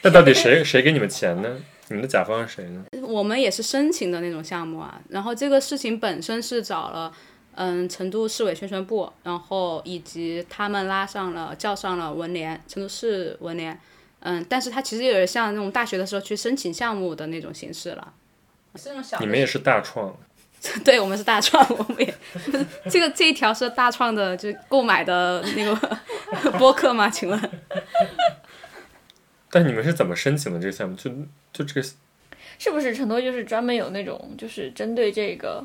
那到 底谁谁给你们钱呢？你们的甲方是谁呢？我们也是申请的那种项目啊。然后这个事情本身是找了，嗯，成都市委宣传部，然后以及他们拉上了叫上了文联，成都市文联，嗯，但是它其实有点像那种大学的时候去申请项目的那种形式了，是那种小你们也是大创，对我们是大创，我们也 这个这一条是大创的，就是购买的那个 播客吗？请问？但你们是怎么申请的这个项目？就就这个是不是成都就是专门有那种就是针对这个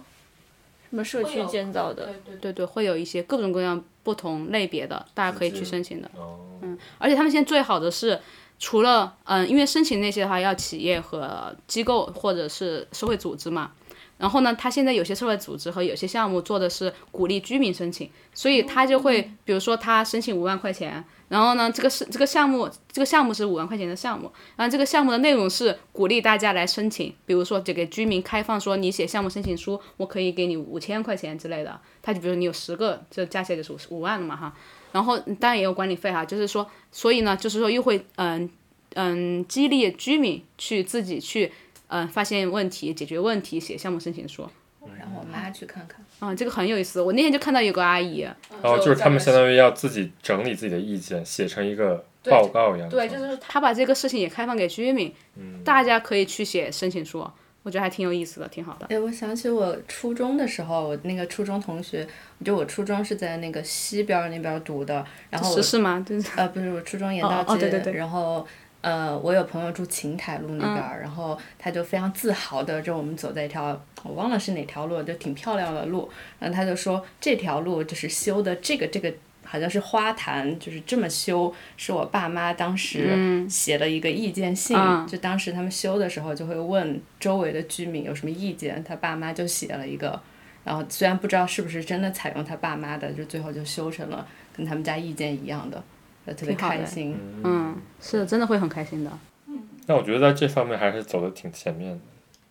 什么社区建造的？对对，会有一些各种各样不同类别的，大家可以去是申请的。嗯哦，而且他们现在最好的是，除了嗯，因为申请那些的话要企业和机构或者是社会组织嘛。然后呢，他现在有些社会组织和有些项目做的是鼓励居民申请，所以他就哦会，嗯比如说他申请五万块钱，然后呢，这个是这个项目，这个项目是五万块钱的项目，然啊后这个项目的内容是鼓励大家来申请，比如说就给居民开放说你写项目申请书，我可以给你五千块钱之类的，他就比如你有十个，就加起来就是五五万了嘛哈，然后当然也有管理费哈，就是说，所以呢，就是说又会嗯嗯激励居民去自己去嗯发现问题、解决问题、写项目申请书。让我妈去看看。啊、这个很有意思。我那天就看到有个阿姨，然哦后就是他们相当于要自己整理自己的意见，写成一个报告一样的东西。是她把这个事情也开放给居民，大家可以去写申请书，我觉得还挺有意思的，挺好的。哎，我想起我初中的时候，我那个初中同学，就我初中是在那个西边儿那边儿读的，然后我是是吗？对，呃，不是，我初中盐道哦街，哦对对对嗯然后。呃，我有朋友住琴台路那边儿，然后他就非常自豪的，就我们走在一条我忘了是哪条路，就挺漂亮的路，然后他就说这条路就是修的这个这个好像是花坛，就是这么修，是我爸妈当嗯时写了一个意见信，啊就当时他们修的时候就会问周围的居民有什么意见，他爸妈就写了一个，然后虽然不知道是不是真的采用他爸妈的，就最后就修成了跟他们家意见一样的，呃特别挺好的开心。嗯，是真的会很开心的。那我觉得在这方面还是走的挺前面的。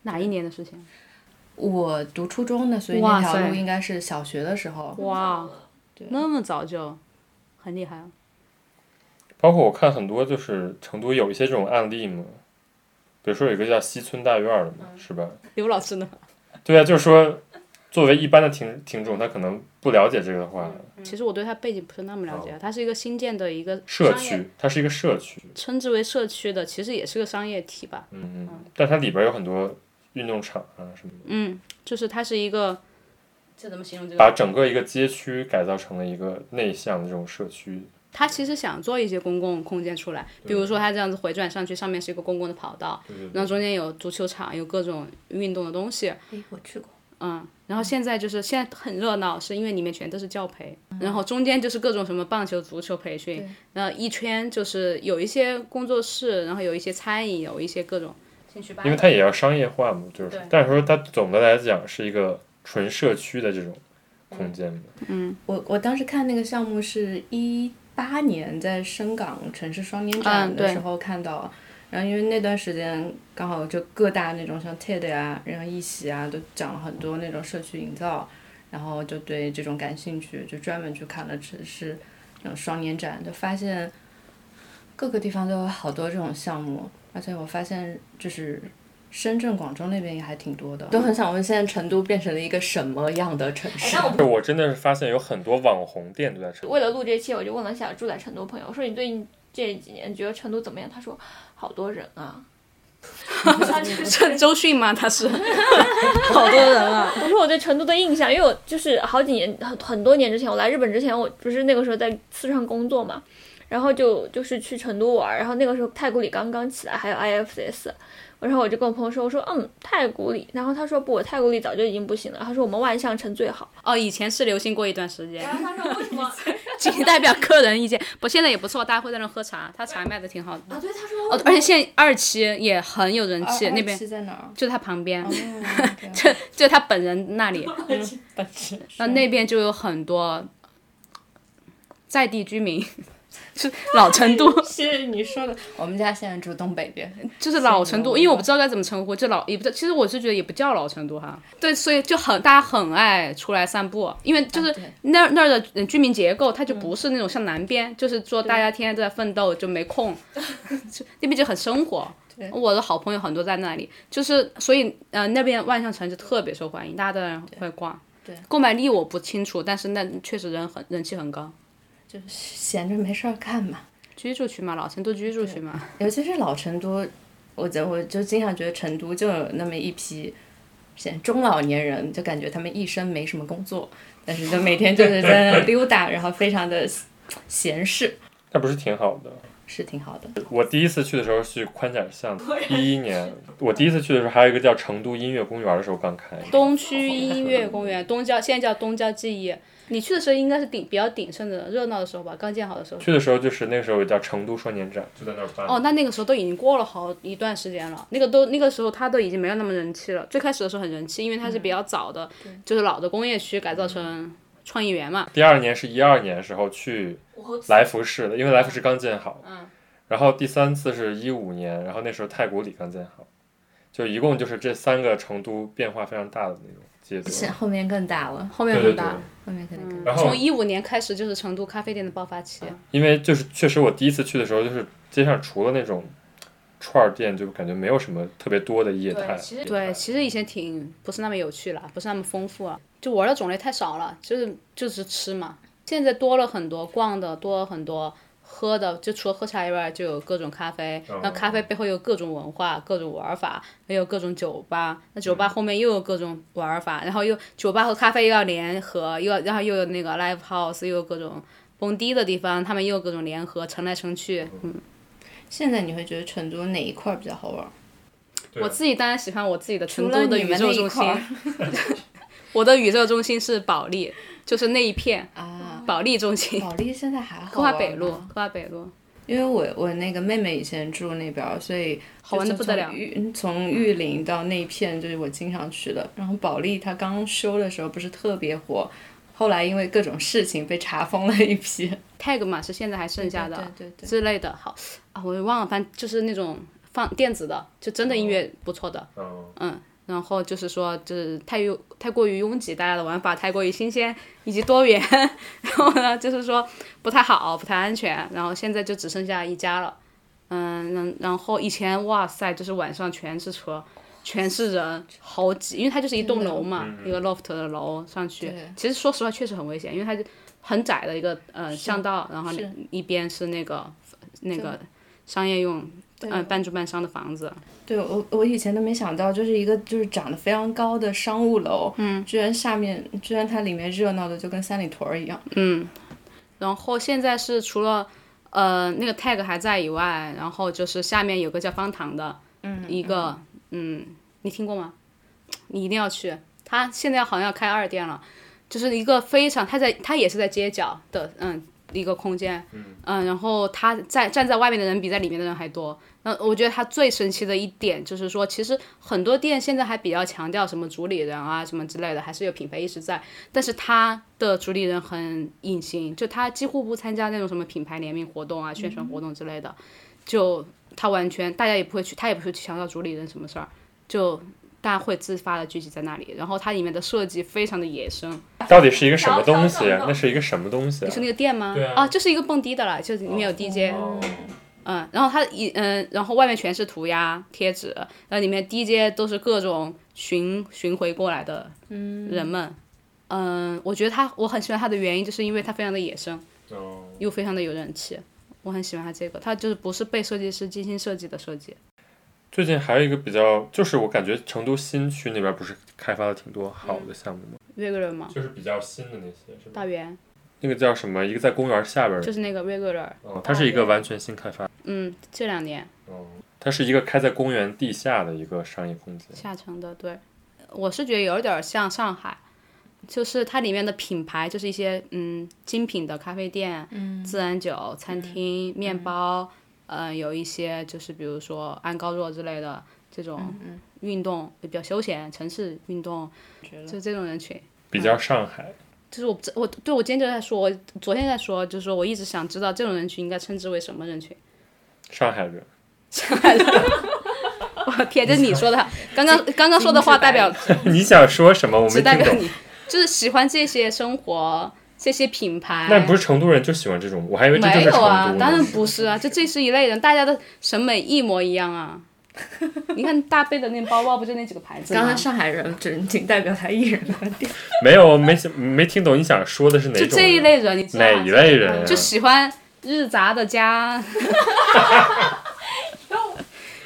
哪一年的事情？我读初中的，所以哇那条塞路应该是小学的时候。哇，那么早就，很厉害啊。包括我看很多就是成都有一些这种案例嘛，比如说有一个叫西村大院儿的嘛，嗯是吧？刘老师呢？对啊，就是说作为一般的听听众，他可能不了解这个的话，其实我对他背景不是那么了解，啊他是一个新建的一个社商业，区它是一个社区，称之为社区的，其实也是个商业体吧。嗯嗯，但它里边有很多运动场啊什么的，嗯，就是它是一个，这怎么形容这把？整个一个街区改造成了一个内向的这种社区。他其实想做一些公共空间出来，比如说他这样子回转上去，上面是一个公共的跑道，然后中间有足球场，有各种运动的东西，哎，我去过。嗯，然后现在就是现在很热闹，是因为里面全都是教培，嗯然后中间就是各种什么棒球、足球培训，然后一圈就是有一些工作室，然后有一些餐饮，有一些各种兴趣班 因为它也要商业化嘛，就是说对，但是说它总的来讲是一个纯社区的这种嗯空间嘛。我我当时看那个项目是一八年在深港城市双年展嗯的对时候看到，然后因为那段时间刚好就各大那种像 TED 啊，然后一席啊都讲了很多那种社区营造，然后就对这种感兴趣，就专门去看了城市那种双年展，就发现各个地方都有好多这种项目，而且我发现就是深圳、广州那边也还挺多的，都很想问现在成都变成了一个什么样的城市？我真的是发现有很多网红店都在成为了录这期，我就问了一下住在成都朋友，我说你最近这几年觉得成都怎么样？他说好多人啊。这周迅吗？他是好多人啊。我说我对成都的印象，因为我就是好几年很很多年之前，我来日本之前，我不是那个时候在四川工作嘛，然后就就是去成都玩，然后那个时候太古里刚刚起来，还有 IFS，然后我就跟我朋友说，我说嗯太古里，然后他说不，太古里早就已经不行了，他说我们万象城最好， 哦，以前是流行过一段时 间，然后他说为什么？ 仅代表个人意见。不，现在也不错，大家会在那喝茶，他茶卖的挺好的。啊，对，他说哦，而且现在二期也很有人气，二那二边期啊在哪 儿？就他旁边， 哦就就他本人那里，本质那 那边就有很多在地居民， 是老成都，是你说的，我们家现在住东北边，就是老成都，因为我不知道该怎么称呼，就老也不知道，其实我是觉得也不叫老成都哈。对，所以就很大家很爱出来散步，因为就是啊对那儿那儿的居民结构，它就不是那种像南边，就是说大家天天都在奋斗，就没空，就那边就很生活。我的好朋友很多在那里，就是所以呃那边万象城就特别受欢迎，大家都在那会逛。对，购买力我不清楚，但是那确实人很人气很高。就是闲着没事儿干嘛。居住区嘛，老成都居住区嘛，尤其是老成都，我就我就经常觉得成都就有那么一批，现中老年人就感觉他们一生没什么工作，但是就每天就是在那溜达，然后非常的闲适，那不是挺好的？是挺好的。嗯我第一次去的时候是宽窄巷，一一年。我第一次去的时候还有一个叫成都音乐公园的时候刚开。东区音乐公园，东郊现在叫东郊记忆。你去的时候应该是鼎比较鼎盛的热闹的时候吧，刚建好的时候。去的时候就是那个时候叫成都双年展，就在那儿办。哦，那那个时候都已经过了好一段时间了，那个都那个时候它都已经没有那么人气了。最开始的时候很人气，因为它是比较早的，就是老的工业区改造成创意园嘛。第二年是一二年时候去来福士的，因为来福士刚建好。嗯。然后第三次是一五年，然后那时候太古里刚建好，就一共就是这三个成都变化非常大的那种街道。现后面更大了，嗯后面对很对对。大，后面肯定嗯更大。然后从一五年开始就是成都咖啡店的爆发期。因为就是确实我第一次去的时候，就是街上除了那种串儿店，就感觉没有什么特别多的业态。其实对，其实以前挺不是那么有趣了，不是那么丰富啊，就玩的种类太少了，就是就是吃嘛。现在多了很多逛的，多了很多喝的，就除了喝茶以外，就有各种咖啡，哦然后咖啡背后有各种文化、各种玩法，还有各种酒吧。那酒嗯吧后面又有各种玩法，然后又酒吧和咖啡又要联合，又要然后又有那个 live house，又有各种蹦迪的地方，他们又有各种联合，乘来乘去，嗯。现在你会觉得成都哪一块儿比较好玩？我自己当然喜欢我自己的成除都了的你宇们宙那中一心块儿， 我的宇宙中心是保利，就是那一片啊，保利中心，保利现在还 好。啊科华嗯北路，科华北路。因为我我那个妹妹以前住那边儿，所以好啊玩得不得了从玉林到那一片就是我经常去的。然后保利它刚修的时候不是特别火，后来因为各种事情被查封了一 批。 tag 嘛是现在还剩下的对对对对之类的，好啊，我忘了，反正就是那种放电子的，就真的音乐哦不错的，嗯，嗯，然后就是说就是太拥太过于拥挤，大家的玩法太过于新鲜以及多元， 然后呢就是说不太好，不太安全，然后现在就只剩下一家了，嗯，然然后以前哇塞，就是晚上全是车。全是人，好挤，因为它就是一栋楼嘛，嗯一个 loft 的楼上去。其实说实话，确实很危险，因为它就很窄的一个呃巷道，然后是一边是那个那个商业用，嗯、半住半商的房子。对我我以前都没想到，就是一个就是长得非常高的商务楼，嗯，居然下面居然它里面热闹的就跟三里屯儿一样。然后现在是除了呃那个 tag 还在以外，然后就是下面有个叫方糖的，一个嗯你听过吗？你一定要去，他现在好像要开二店了，就是一个非常他在他也是在街角的嗯一个空间，嗯，然后他在站在外面的人比在里面的人还多。那我觉得他最神奇的一点就是说，其实很多店现在还比较强调什么主理人啊什么之类的，还是有品牌意识在。但是他的主理人很隐形，就他几乎不参加那种什么品牌联名活动啊、宣传活动之类的，就他完全大家也不会去，他也不会去强调主理人什么事儿，就大家会自发的聚集在那里。然后它里面的设计非常的野生，到底是一个什么东西啊？那是一个什么东西啊你？是那个店吗？对啊就是一个蹦迪的啦，就是里面有 DJ，、哦嗯，然后它一嗯，然后外面全是涂鸦贴纸，然后里面 DJ 都是各种巡巡回过来的人们。嗯，我觉得他我很喜欢他的原因，就是因为他非常的野生，哦又非常的有人气。我很喜欢他这个，他就是不是被设计师精心设计的设计。最近还有一个比较，就是我感觉成都新区那边不是开发了挺多好嗯的项目吗？ regular 吗？就是比较新的那些，是吧大圆那个叫什么？一个在公园下边儿的，就是那个 regular，哦，它是一个完全新开发，嗯，这两年哦，它是一个开在公园地下的一个商业空间，下沉的，对，我是觉得有点儿像上海，就是它里面的品牌就是一些嗯精品的咖啡店、自然酒、餐厅、面包，嗯、有一些就是比如说安高若之类的这种运动比较休闲城市运动，就这种人群。比嗯较上海。就是我不知我对我今天就在说，我昨天在说，就是说我一直想知道这种人群应该称之为什么人群。 上海人， 我天，这是你说的，刚刚刚刚说的话代表你想说什么？我没只代听表懂。你，就是喜欢这些生活、这些品牌。那不是成都人就喜欢这种，我还以为这就没是成有都啊，呢当然不是啊，就这是一类人，大家的审美一模一样啊。你看大贝的那包包，不就那几个牌子吗？刚才上海人只仅代表他一人的观点，没有，没没听懂你想说的是哪就种？这一，类人，你知道哪吗一？类人、啊？就喜欢日杂的家，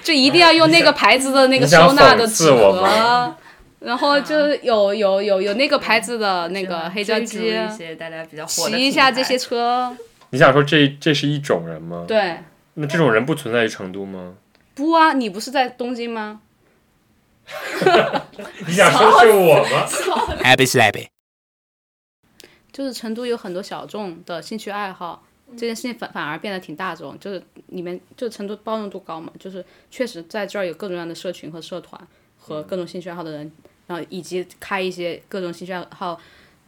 就一定要用那个牌子的那个收纳的纸你想讽刺我盒吗，然后就是有有有有那个牌子的那个黑胶追逐机，一啊些大家比较火洗的一品下这牌些车，你想说这这是一种人吗？，对。那这种人不存在于成 都吗？不啊，你不是在东京吗？你想说是我 吗？ Happy slappy. 就是成都有很多小众的兴趣爱好，这件事情反反而变得挺大众，就是里面就成都包容度高嘛，就是确实在这儿有各种各样的社群和社团和各种兴趣爱好的人，然后以及开一些各种兴趣爱好，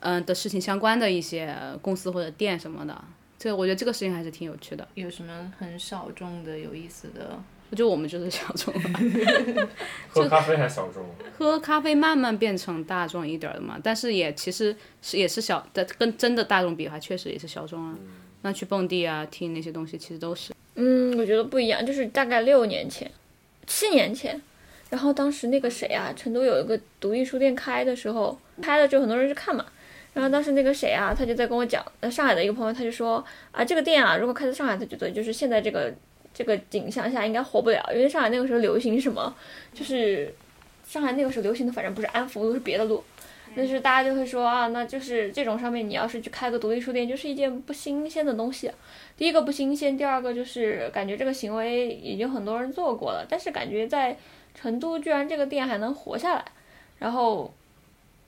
嗯、的事情相关的一些呃公司或者店什么的，这个我觉得这个事情还是挺有趣的。有什么很小众的、有意思的？我觉得我们就是小众，喝咖啡还小众，喝咖啡慢慢变成大众一点儿的嘛，但是也其实是也是小的，跟真的大众比还确实也是小众啊。那去蹦迪啊，听那些东西其实都是。 嗯，我觉得不一样，就是大概六年前、七年前，然后当时那个谁啊，成都有一个独立书店开的时候，开了之后很多人去看嘛。然后当时那个谁啊，他就在跟我讲，呃，上海的一个朋友，他就说啊，这个店啊，如果开在上海，他觉得就是现在这个这个景象下应该火不了，因为上海那个时候流行什么，就是上海那个时候流行的，反正不是安福路，是别的路。但是大家就会说啊，那就是这种上面你要是去开个独立书店，就是一件不新鲜的东西、啊第一个不新鲜，第二个就是感觉这个行为已经很多人做过了，但是感觉在成都居然这个店还能活下来，然后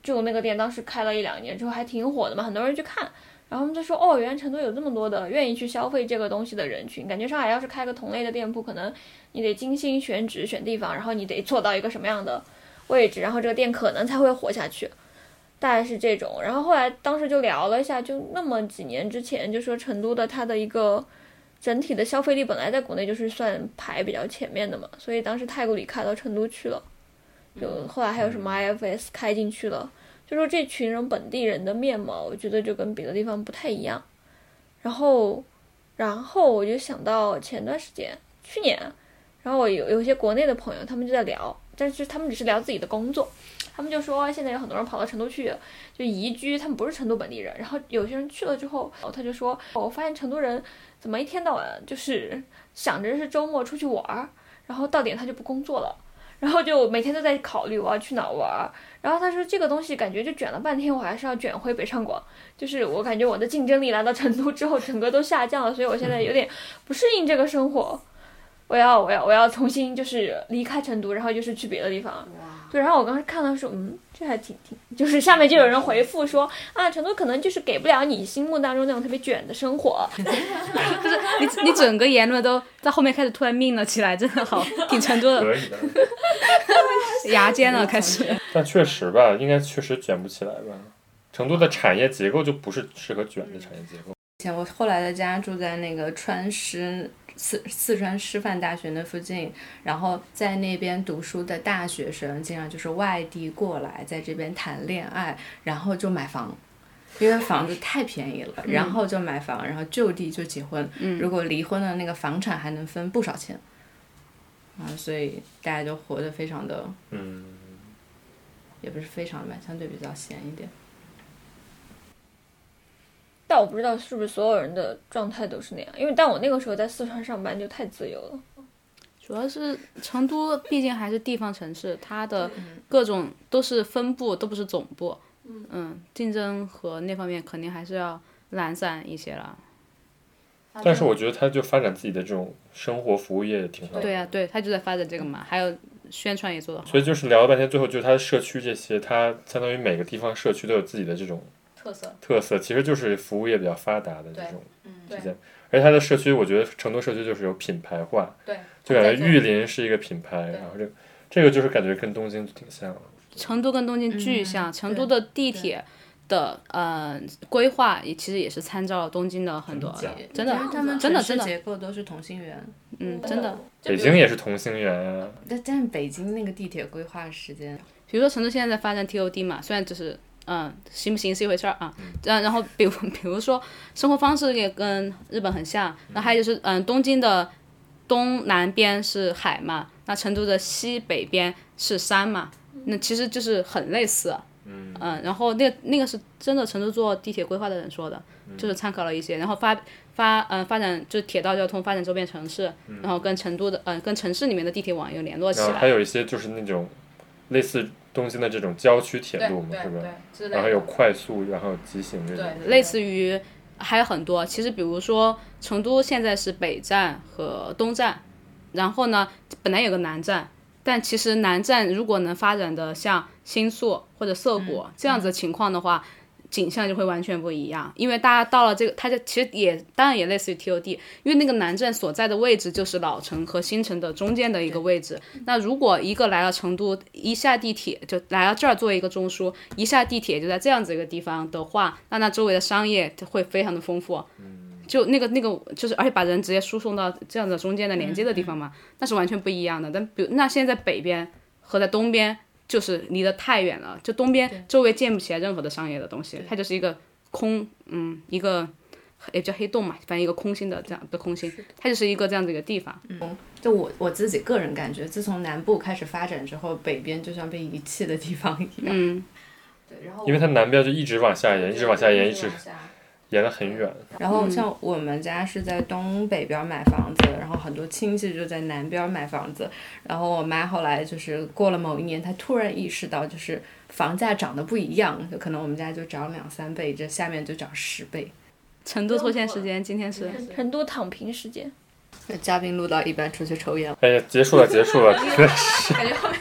就那个店当时开了一两年之后还挺火的嘛，很多人去看，然后他们就说哦，原来成都有这么多的愿意去消费这个东西的人群，感觉上海要是开个同类的店铺，可能你得精心选址、选地方，然后你得做到一个什么样的位置，然后这个店可能才会活下去。大概是这种。然后后来当时就聊了一下，就那么几年之前，就说成都的它的一个整体的消费力本来在国内就是算排比较前面的嘛，所以当时太古里开到成都去了，就后来还有什么 IFS 开进去了，就说这群人本地人的面貌，我觉得就跟别的地方不太一样。然后，然后我就想到前段时间，去年。然后我有有一些国内的朋友，他们就在聊，但是他们只是聊自己的工作，他们就说现在有很多人跑到成都去，就移居，他们不是成都本地人。然后有些人去了之后，哦他就说，我发现成都人怎么一天到晚就是想着是周末出去玩儿，然后到点他就不工作了，然后就每天都在考虑我要去哪儿玩儿。然后他说这个东西感觉就卷了半天，我还是要卷回北上广，就是我感觉我的竞争力来到成都之后，整个都下降了，所以我现在有点不适应这个生活。我要，我要，我要重新就是离开成都，然后就是去别的地方。对，然后我当时看到说，嗯，这还挺挺，就是下面就有人回复说啊，成都可能就是给不了你心目当中那种特别卷的生活。 你整个言论都在后面开始突然命了起来，真的好挺成都 的可以的。牙尖了，开始。但确实吧，应该确实卷不起来吧。成都的产业结构就不是适合卷的产业嗯结构。以前我后来的家住在那个川师四四川师范大学那附近，然后在那边读书的大学生，经常就是外地过来，在这边谈恋爱，然后就买房。因为房子太便宜了，然后就买房，然后就地就结婚。嗯如果离婚了，那个房产还能分不少钱。啊，所以大家就活得非常的，嗯，也不是非常吧，相对比较闲一点。但我不知道是不是所有人的状态都是那样，因为但我那个时候在四川上班就太自由了。主要是成都毕竟还是地方城市，它的各种都是分布，都不是总部。嗯，竞争和那方面肯定还是要懒散一些了。但是我觉得他就发展自己的这种生活服务业也挺好的。对呀、啊对，它就在发展这个嘛，还有宣传也做得好。所以就是聊了半天，最后就是它的社区这些，它相当于每个地方社区都有自己的这种特色，特色，其实就是服务业比较发达的这种嗯之间。而它的社区，我觉得成都社区就是有品牌化，对，就感觉玉林是一个品牌，然后这个这个就是感觉跟东京挺像的。成都跟东京巨像，成都的地铁的呃规划也其实也是参照了东京的很多真假，真的因为他们真的城市真的结构都是同心圆，嗯真的。北京也是同心圆啊，但但是北京那个地铁规划时间，比如说成都现在在发展 TOD 嘛，虽然就是嗯行不行是一回事儿啊，然、然后比如 比如说生活方式也跟日本很像，那还有就是嗯东京的东南边是海嘛，那成都的西北边是山嘛，那其实就是很类似。嗯，然后那那个是真的，成都做地铁规划的人说的，就是参考了一些，然后发发嗯、呃发展就是铁道交通发展周边城市，然后跟成都的嗯、呃跟城市里面的地铁网又联络起然后来，还有一些就是那种类似东京的这种郊区铁路嘛，是吧？之然后有快速，然后有急行这种。类似于还有很多。其实比如说成都现在是北站和东站，然后呢本来有个南站，但其实南站如果能发展的像新宿或者涩谷、这样子的情况的话。景象就会完全不一样，因为大家到了这个，它就其实也当然也类似于 TOD，因为那个南站所在的位置就是老城和新城的中间的一个位置。那如果一个来了成都，一下地铁就来到这儿做一个中枢，一下地铁就在这样子一个地方的话，那那周围的商业就会非常的丰富。就那个那个就是，而且把人直接输送到这样的中间的连接的地方嘛，那是完全不一样的。但比如那现在北边和在东边就是离得太远了，就东边周围建不起来任何的商业的东西，它就是一个空，嗯，一个也叫黑洞嘛，反正一个空心的嗯这样不是空心，它就是一个这样子一个地方。就我我自己个人感觉，自从南部开始发展之后，北边就像被遗弃的地方一样。嗯，对，然后因为它南边就一直往下延，一直往下延，一直往下延得很远。然后像我们家是在东北边买房子，然后很多亲戚就在南边买房子。然后我妈后来就是过了某一年，她突然意识到，就是房价涨得不一样，就可能我们家就涨两三倍，这下面就涨十倍。成都脱线时间今天是成都躺平时间，嘉宾录到一半出去抽烟了，哎呀，结束了，结束了，真的是。感觉后面